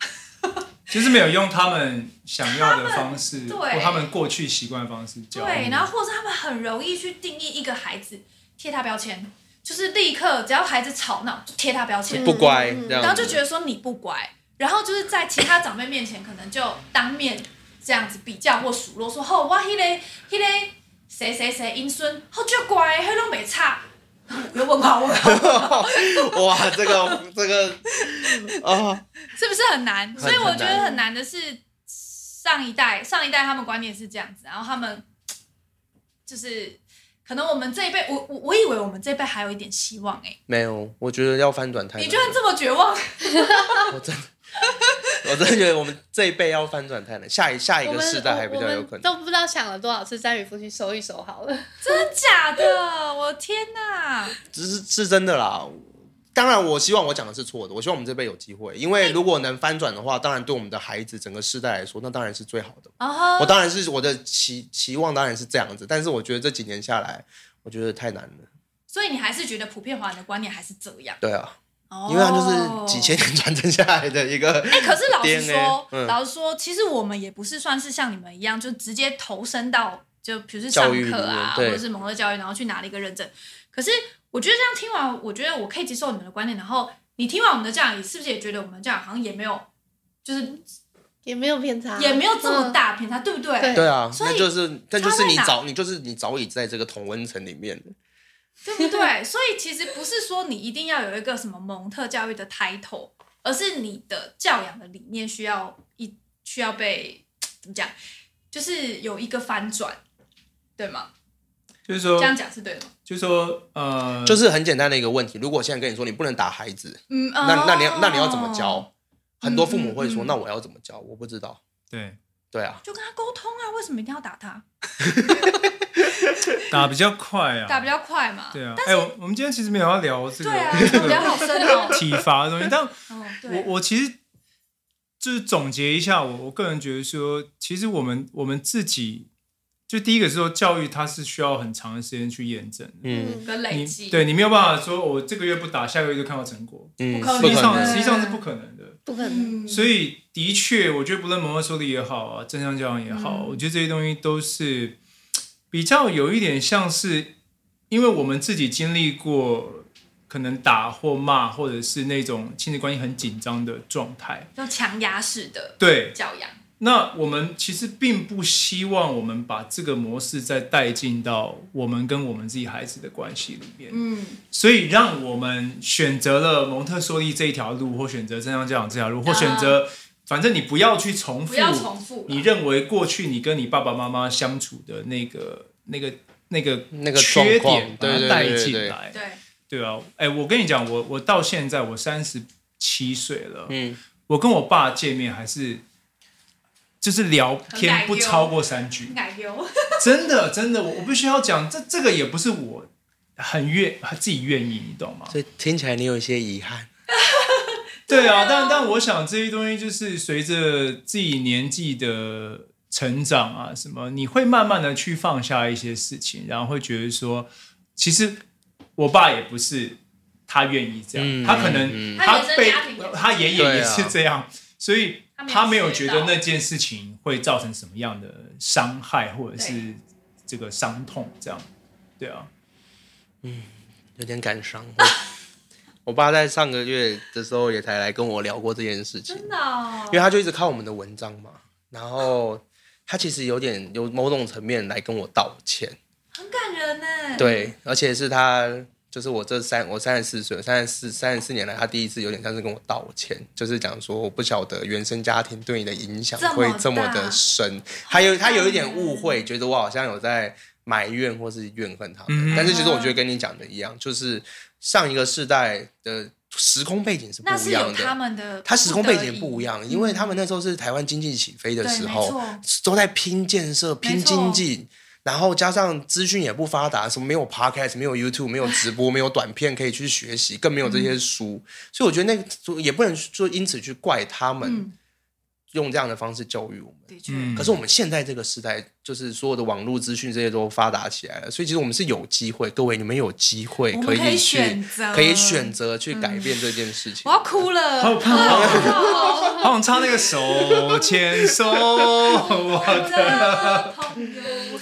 [SPEAKER 1] 就是没有用他们想要的方式，
[SPEAKER 3] 他
[SPEAKER 1] 或
[SPEAKER 3] 们对
[SPEAKER 1] 他们过去习惯的方式教，
[SPEAKER 3] 对，然后或者是他们很容易去定义一个孩子，贴他标签，就是立刻只要孩子吵闹就贴他标签，
[SPEAKER 2] 不乖
[SPEAKER 4] 嗯
[SPEAKER 2] 这样，
[SPEAKER 3] 然后就觉得说你不乖，然后就是在其他长辈面前可能就当面这样子比较或数落说，哦吼、我迄、个迄、个谁谁谁英孙，好就乖，迄拢没差。有问号问号，
[SPEAKER 2] 得 哇，这个这个啊，
[SPEAKER 3] 是不是很难？所以我觉得很难的是上一代，上一代他们观念是这样子，然后他们就是可能我们这一辈，我我我以为我们这一辈还有一点希望哎、
[SPEAKER 2] 没有，我觉得要翻转太难
[SPEAKER 3] 你
[SPEAKER 2] 了，
[SPEAKER 3] 居然这么绝望？
[SPEAKER 2] 我真的。 我真的觉得我们这一辈要翻转太难，下一下一
[SPEAKER 4] 我
[SPEAKER 2] 个
[SPEAKER 4] 们
[SPEAKER 2] 世代还比
[SPEAKER 4] 我
[SPEAKER 2] 较有可
[SPEAKER 4] 我
[SPEAKER 2] 能。
[SPEAKER 4] 们都不知道想了多少次三语夫妻收一收好了。
[SPEAKER 3] 真的假的？我的天哪！
[SPEAKER 2] 只是是真的啦。当然，我希望我讲的是错的。我希望我们这辈有机会，因为如果能翻转的话，当然对我们的孩子整个世代来说，那当然是最好的。
[SPEAKER 3] 啊
[SPEAKER 2] 我当然是我的期期望当然是这样子，但是我觉得这几年下来，我觉得太难了。
[SPEAKER 3] 所以你还是觉得普遍华人的观念还是这样，
[SPEAKER 2] 对啊，
[SPEAKER 3] 哦
[SPEAKER 2] 因为它就是几千年传承下来的一个。
[SPEAKER 3] 哎、 可是老 实
[SPEAKER 2] DNA
[SPEAKER 3] 说，
[SPEAKER 2] 嗯
[SPEAKER 3] 老实说，其实我们也不是算是像你们一样，就直接投身到就比如是上
[SPEAKER 2] 教育里
[SPEAKER 3] 课啊或
[SPEAKER 2] 面，对
[SPEAKER 3] 者是蒙特教育，然后去拿了一个认证。可是我觉得这样听完，我觉得我可以接受你们的观点。然后你听完我们的教养，你是不是也觉得我们的教养好像也没有，就是
[SPEAKER 4] 也没有偏差，
[SPEAKER 3] 也没有这么大偏差，对不对？
[SPEAKER 4] 嗯对
[SPEAKER 2] 对啊，
[SPEAKER 3] 所以
[SPEAKER 2] 那就是那就
[SPEAKER 3] 差在
[SPEAKER 2] 是你
[SPEAKER 3] 哪
[SPEAKER 2] 早你就是你早已在这个同温层里面了。
[SPEAKER 3] 对不对？ 所以其实不是说你一定要有一个什么蒙特教育的 title，而是你的教养的理念需要一需要被怎么讲，就是有一个翻转，对吗？
[SPEAKER 1] 就是
[SPEAKER 3] 这
[SPEAKER 1] 说，
[SPEAKER 3] 样讲是对的吗？
[SPEAKER 1] 就是说，呃，
[SPEAKER 2] 就是很简单的一个问题。如果我现在跟你说你不能打孩子，
[SPEAKER 3] 嗯，
[SPEAKER 2] 那那你
[SPEAKER 3] 哦
[SPEAKER 2] 那你要怎么？教？很多父母会说，
[SPEAKER 3] 嗯嗯
[SPEAKER 2] 那我要怎么教？我不知道。
[SPEAKER 1] 对
[SPEAKER 2] 对啊，
[SPEAKER 3] 就跟他沟通啊，为什么一定要打他？
[SPEAKER 1] 打比较快啊，
[SPEAKER 3] 打比较快嘛。
[SPEAKER 1] 对啊。哎，我我们今天其实没有要聊这个
[SPEAKER 3] 对啊，
[SPEAKER 1] 这
[SPEAKER 3] 我聊
[SPEAKER 1] 个
[SPEAKER 3] 好深哦。
[SPEAKER 1] 体罚的东西，但
[SPEAKER 3] 哦，
[SPEAKER 1] 我
[SPEAKER 3] 对，
[SPEAKER 1] 我其实就是总结一下，我我个人觉得说，其实我们我们自己，就第一个是说教育它是需要很长的时间去验证的，
[SPEAKER 2] 嗯
[SPEAKER 4] 嗯，
[SPEAKER 3] 跟累
[SPEAKER 1] 你
[SPEAKER 3] 积，
[SPEAKER 1] 对你没有办法说我这个月不打，下个月就看到成果，
[SPEAKER 2] 嗯，
[SPEAKER 3] 不可
[SPEAKER 1] 实际上
[SPEAKER 3] 能
[SPEAKER 1] 实际上是不可能的。
[SPEAKER 4] 不可能。
[SPEAKER 3] 哦嗯，
[SPEAKER 1] 所以的确，我觉得不论蒙特梭利也好啊，正向教养也好，
[SPEAKER 3] 嗯
[SPEAKER 1] 我觉得这些东西都是比较有一点像是，因为我们自己经历过可能打或骂，或者是那种亲子关系很紧张的状态，
[SPEAKER 3] 就强压式的
[SPEAKER 1] 对，
[SPEAKER 3] 教养，
[SPEAKER 1] 那我们其实并不希望我们把这个模式再带进到我们跟我们自己孩子的关系里面，
[SPEAKER 3] 嗯，
[SPEAKER 1] 所以让我们选择了蒙特梭利这一条路，或选择正向教养这条路，或选择反正你不要去重复
[SPEAKER 3] 不要重复啦。啊
[SPEAKER 1] 你认为过去你跟你爸爸妈妈相处的那个那个那个
[SPEAKER 2] 那个
[SPEAKER 1] 缺
[SPEAKER 2] 状况
[SPEAKER 1] 点，把
[SPEAKER 2] 对
[SPEAKER 1] 它
[SPEAKER 2] 对
[SPEAKER 1] 带
[SPEAKER 2] 对对
[SPEAKER 1] 进
[SPEAKER 2] 对
[SPEAKER 1] 来，
[SPEAKER 3] 对，
[SPEAKER 1] 对啊，哎，我跟你讲，我我到现在我三十七岁了，
[SPEAKER 2] 嗯，
[SPEAKER 1] 我跟我爸见面还是就是聊天不超过三句，
[SPEAKER 3] 改优，
[SPEAKER 1] 真的真的，我我必须要讲，这这个也不是我很愿自己愿意，你懂吗？
[SPEAKER 2] 所以听起来你有一些遗憾。
[SPEAKER 1] 对啊，但但我想这些东西就是随着自己年纪的成长啊，什么你会慢慢的去放下一些事情，然后会觉得说，其实我爸也不是他愿意这样，
[SPEAKER 2] 嗯
[SPEAKER 1] 他可能、
[SPEAKER 2] 嗯啊
[SPEAKER 1] 他
[SPEAKER 3] 他原生
[SPEAKER 1] 被
[SPEAKER 3] 家庭也是
[SPEAKER 1] 他爷爷也是这样，所以他
[SPEAKER 3] 他
[SPEAKER 1] 没
[SPEAKER 3] 没
[SPEAKER 1] 有
[SPEAKER 3] 有
[SPEAKER 1] 觉
[SPEAKER 3] 学
[SPEAKER 1] 得
[SPEAKER 3] 到
[SPEAKER 1] 那件事情会造成什么样的伤害或者是这个伤痛，这样对 啊，
[SPEAKER 2] 有点感伤。我 我爸在上个月的时候也才来跟我聊过这件事情，
[SPEAKER 3] 真的哦
[SPEAKER 2] 因为他就一直看我们的文章嘛，然后他其实有点有某种层面来跟我道歉，
[SPEAKER 3] 很感人呢。，
[SPEAKER 2] 对，而且是他就是我这三我三十四岁，三十四三十四年来，他第一次有点像是跟我道歉，就是讲说我不晓得原生家庭对你的影响
[SPEAKER 3] 这么
[SPEAKER 2] 会这么
[SPEAKER 3] 大哦
[SPEAKER 2] 的深，还有他有一点
[SPEAKER 3] 感人
[SPEAKER 2] 误会，觉得我好像有在埋怨或是怨恨他
[SPEAKER 1] 嗯
[SPEAKER 2] 们，但是其实我觉得跟你讲的一样，就是上一个世代的时空背景是不
[SPEAKER 3] 那是
[SPEAKER 2] 一
[SPEAKER 3] 有
[SPEAKER 2] 样
[SPEAKER 3] 他
[SPEAKER 2] 的。
[SPEAKER 3] 们的，
[SPEAKER 2] 它时空背景不一，样，因为他们那时候是台湾经济起飞的
[SPEAKER 3] 嗯对，
[SPEAKER 2] 时
[SPEAKER 3] 没
[SPEAKER 2] 候，
[SPEAKER 3] 错，
[SPEAKER 2] 都在拼建设、
[SPEAKER 3] 没错
[SPEAKER 2] 拼经济，然后加上资讯也不发达，什么没有 podcast、没有 YouTube、没有 直播、没有短片可以去学习，更没有这些书，
[SPEAKER 3] 嗯
[SPEAKER 2] 所以我觉得那个也不能说因此去怪他们
[SPEAKER 3] 嗯，
[SPEAKER 2] 用这样的方式教育我们。
[SPEAKER 3] 的确，
[SPEAKER 1] 嗯
[SPEAKER 2] 可是我们现在这个时代，就是所有的网络资讯这些都发达起来了，所以其实我们是有机会，各位你们有机会
[SPEAKER 3] 我们
[SPEAKER 2] 可
[SPEAKER 3] 可以
[SPEAKER 2] 以去
[SPEAKER 3] 选择嗯
[SPEAKER 2] 可以选择去改变这件事情。
[SPEAKER 3] 我要哭了，
[SPEAKER 1] 好胖啊
[SPEAKER 3] 哦
[SPEAKER 1] 好想唱那个手 牵手，
[SPEAKER 3] 我的啊朋友，
[SPEAKER 2] 真的，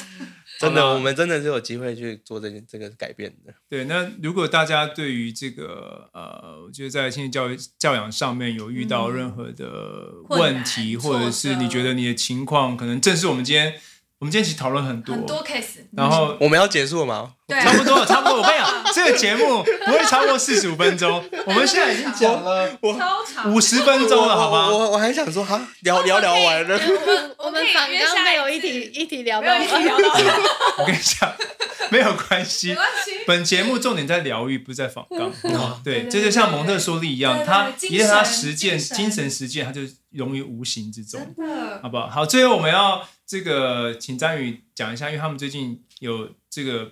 [SPEAKER 1] 好啦
[SPEAKER 2] 我们真的是有机会去做这件这个改变的。
[SPEAKER 1] 对，那如果大家对于这个呃，我觉得在心理教育教养上面有遇到任何的问题，
[SPEAKER 3] 嗯困难
[SPEAKER 1] 或者是你觉得你的情况，可能正是我们今天我们今天其实讨论很多，
[SPEAKER 3] 很多嗯 case，
[SPEAKER 1] 然后。
[SPEAKER 2] 我们要结束了吗？
[SPEAKER 3] 对，啊
[SPEAKER 1] 差不多了，差不多。我跟你讲，这个节目不会超过四十五分 钟。我们现在已经讲了
[SPEAKER 3] 超长，
[SPEAKER 1] 五十分钟了，好
[SPEAKER 2] 我
[SPEAKER 1] 吗？
[SPEAKER 2] 我我还想说哈，
[SPEAKER 3] 哦
[SPEAKER 2] 聊聊聊完了
[SPEAKER 3] 我。们
[SPEAKER 4] 我们
[SPEAKER 3] 可以
[SPEAKER 4] 反
[SPEAKER 3] 约
[SPEAKER 4] 刚
[SPEAKER 3] 下
[SPEAKER 4] 没有一
[SPEAKER 3] 次
[SPEAKER 4] 题一题聊
[SPEAKER 3] 没
[SPEAKER 4] 到
[SPEAKER 3] 有一起聊到，
[SPEAKER 1] 我跟你讲，没有关系
[SPEAKER 3] 没。关系，
[SPEAKER 1] 本节目重点在疗愈，不是在仿 纲。
[SPEAKER 2] 嗯
[SPEAKER 1] 哦对，
[SPEAKER 3] 对
[SPEAKER 1] 这就像蒙特梭利一样，
[SPEAKER 3] 对对
[SPEAKER 1] 他
[SPEAKER 3] 精
[SPEAKER 1] 一旦他
[SPEAKER 3] 神
[SPEAKER 1] 实践
[SPEAKER 3] 精神
[SPEAKER 1] 精神实践，他就融于无形之中。
[SPEAKER 3] 真的
[SPEAKER 1] 好不好？好，最后我们要这个请张宇讲一下，因为他们最近有这个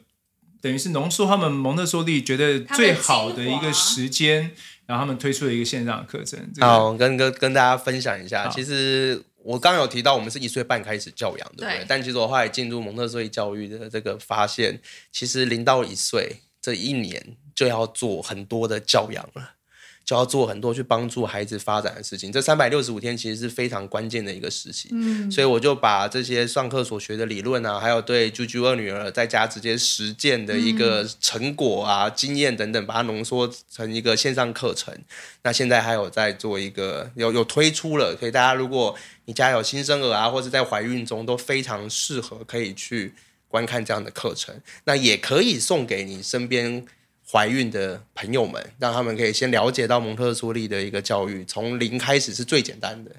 [SPEAKER 1] 等于是浓缩他们蒙特梭利觉得
[SPEAKER 3] 他们
[SPEAKER 1] 最
[SPEAKER 3] 的
[SPEAKER 1] 好的
[SPEAKER 3] 精
[SPEAKER 1] 一
[SPEAKER 3] 华
[SPEAKER 1] 个时间，然后他们推出了一个线上的课程。这个
[SPEAKER 2] 好，跟跟跟大家分享一下，
[SPEAKER 1] 好
[SPEAKER 2] 其实我刚刚有提到，我们是一岁半开始教养，对不对？
[SPEAKER 3] 对
[SPEAKER 2] 但其实我后来进入蒙特梭利教育的这个发现，其实零到一岁这一年就要做很多的教养了。就要做很多去帮助孩子发展的事情，这三百六十五天其实是非常关键的一个时期。
[SPEAKER 3] 嗯，
[SPEAKER 2] 所以我就把这些上课所学的理论啊，还有对啾啾二女儿在家直接实践的一个成果啊、经验等等，把它浓缩成一个线上课程。那现在还有在做一个有有推出了，所以大家如果你家有新生儿啊，或者在怀孕中，都非常适合可以去观看这样的课程。那也可以送给你身边怀孕的朋友们，让他们可以先了解到蒙特梭利的一个教育，从零开始是最简单的。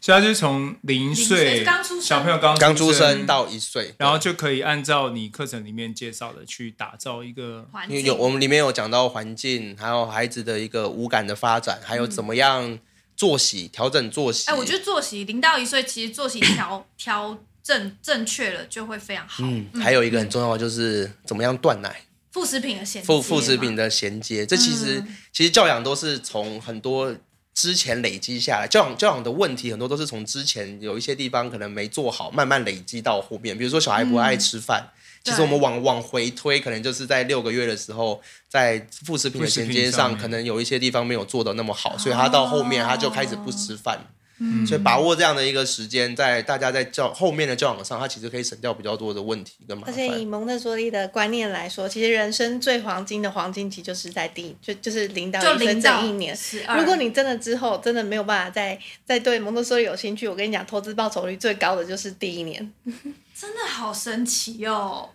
[SPEAKER 1] 所以他就是从零
[SPEAKER 3] 岁
[SPEAKER 1] 岁
[SPEAKER 3] 刚出生
[SPEAKER 1] 小朋友刚
[SPEAKER 2] 刚出生到一岁，
[SPEAKER 1] 然后就可以按照你课程里面介绍的去打造一个
[SPEAKER 3] 环
[SPEAKER 2] 因
[SPEAKER 3] 境
[SPEAKER 2] 为有我们里面有讲到环境，还有孩子的一个五感的发展，还有怎么样作息调整作息。
[SPEAKER 3] 哎、我觉得作息零到一岁，其实作息调调正正确了，就会非常好。
[SPEAKER 2] 嗯，还有一个很重要的就是怎么样断奶，
[SPEAKER 3] 副食品的衔接
[SPEAKER 2] 副
[SPEAKER 3] 嘛，
[SPEAKER 2] 副食品的衔接，这其实、其实教养都是从很多。之前累积下来，教养教养的问题很多都是从之前有一些地方可能没做好，慢慢累积到后面。比如说小孩不爱吃饭，其实
[SPEAKER 3] 对
[SPEAKER 2] 我们往往回推，可能就是在六个月的时候，在副食品的
[SPEAKER 1] 副食
[SPEAKER 2] 衔
[SPEAKER 1] 品
[SPEAKER 2] 接
[SPEAKER 1] 上
[SPEAKER 2] 上，
[SPEAKER 1] 面
[SPEAKER 2] 可能有一些地方没有做的那么好，所以他到后面他就开始不吃饭。
[SPEAKER 1] 嗯
[SPEAKER 2] 所以把握这样的一个时间，在大家在教后面的教养上，它其实可以省掉比较多的问题跟麻
[SPEAKER 4] 而
[SPEAKER 2] 烦。
[SPEAKER 4] 且以蒙特梭利的观念来说，其实人生最黄金的黄金期就是在第就就是零到
[SPEAKER 3] 就
[SPEAKER 4] 一岁
[SPEAKER 3] 零
[SPEAKER 4] 这
[SPEAKER 3] 到
[SPEAKER 4] 一年。
[SPEAKER 3] 12
[SPEAKER 4] 如果你真的之后真的没有办法再再对蒙特梭利有兴趣，我跟你讲，投资报酬率最高的就是第一年。
[SPEAKER 3] 真的好神奇哦，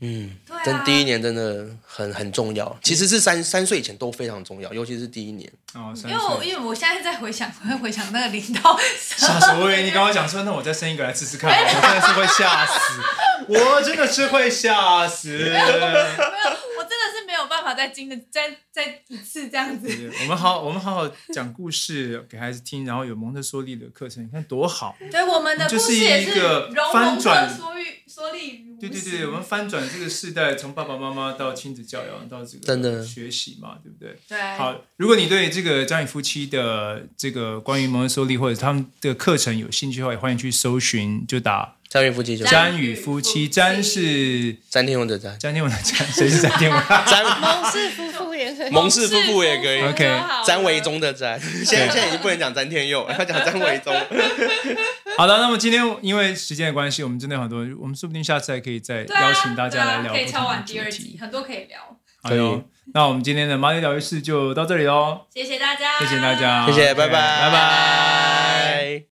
[SPEAKER 2] 嗯，
[SPEAKER 3] 对啊，
[SPEAKER 2] 真第一年真的很很重要，其实是三三岁以前都非常重要，尤其是第一年。
[SPEAKER 1] 哦，三
[SPEAKER 3] 嗯因为我
[SPEAKER 1] 岁。
[SPEAKER 3] 因为我现在在回想，我会回想那个零 到
[SPEAKER 1] 吓死我以为你刚刚讲说，那我再生一个来试试 看，我真的是会吓死，我真的是会吓 死。
[SPEAKER 3] 没有，我真的是没有办法再经的再再一次这样子。
[SPEAKER 1] 对我们好，我们好好讲故事给孩子听，然后有蒙特梭利的课程，你看多好。
[SPEAKER 3] 对，我们的故事也
[SPEAKER 1] 嗯就是一个
[SPEAKER 3] 融
[SPEAKER 1] 翻
[SPEAKER 3] 蒙特
[SPEAKER 1] 转
[SPEAKER 3] 梭利梭利如
[SPEAKER 1] 对对
[SPEAKER 3] 是
[SPEAKER 1] 对，我们翻转这个世代，从爸爸妈妈到亲子教养，到这个
[SPEAKER 2] 真的
[SPEAKER 1] 学习嘛，对不对？
[SPEAKER 3] 对
[SPEAKER 1] 好，如果你对这个张宇夫妻的这个关于蒙特梭利或者他们的课程有兴趣的话，也欢迎去搜寻，就打
[SPEAKER 2] 教育夫妻就
[SPEAKER 3] 詹
[SPEAKER 1] 詹宇夫妻，
[SPEAKER 3] 詹
[SPEAKER 1] 詹是
[SPEAKER 2] 詹天文的詹，
[SPEAKER 1] 詹天文的詹，谁是詹天文？
[SPEAKER 2] 詹
[SPEAKER 4] 蒙
[SPEAKER 3] 哦
[SPEAKER 4] 氏夫妇也可以。
[SPEAKER 2] 蒙氏夫妇也可以
[SPEAKER 3] 蒙氏夫妇
[SPEAKER 1] OK
[SPEAKER 3] 就好了
[SPEAKER 2] 詹维忠的詹。现 在现在已经不能讲詹天佑了，要讲詹维忠。
[SPEAKER 1] 好的，那么今天因为时间的关系，我们真的有很多人，我们说不定下次还可以再
[SPEAKER 3] 对啊
[SPEAKER 1] 邀请大家来聊
[SPEAKER 3] 对啊可以
[SPEAKER 1] 不
[SPEAKER 3] 敲
[SPEAKER 1] 同的
[SPEAKER 3] 完第
[SPEAKER 1] 主
[SPEAKER 3] 二
[SPEAKER 1] 题
[SPEAKER 3] 集，。很多可以聊。
[SPEAKER 1] 好哟
[SPEAKER 2] 可以，
[SPEAKER 1] 那我们今天的马里疗愈室就到这里喽，
[SPEAKER 3] 谢谢大家，
[SPEAKER 1] 谢谢大家，
[SPEAKER 2] 谢谢
[SPEAKER 1] OK，
[SPEAKER 2] 拜拜
[SPEAKER 1] 拜拜。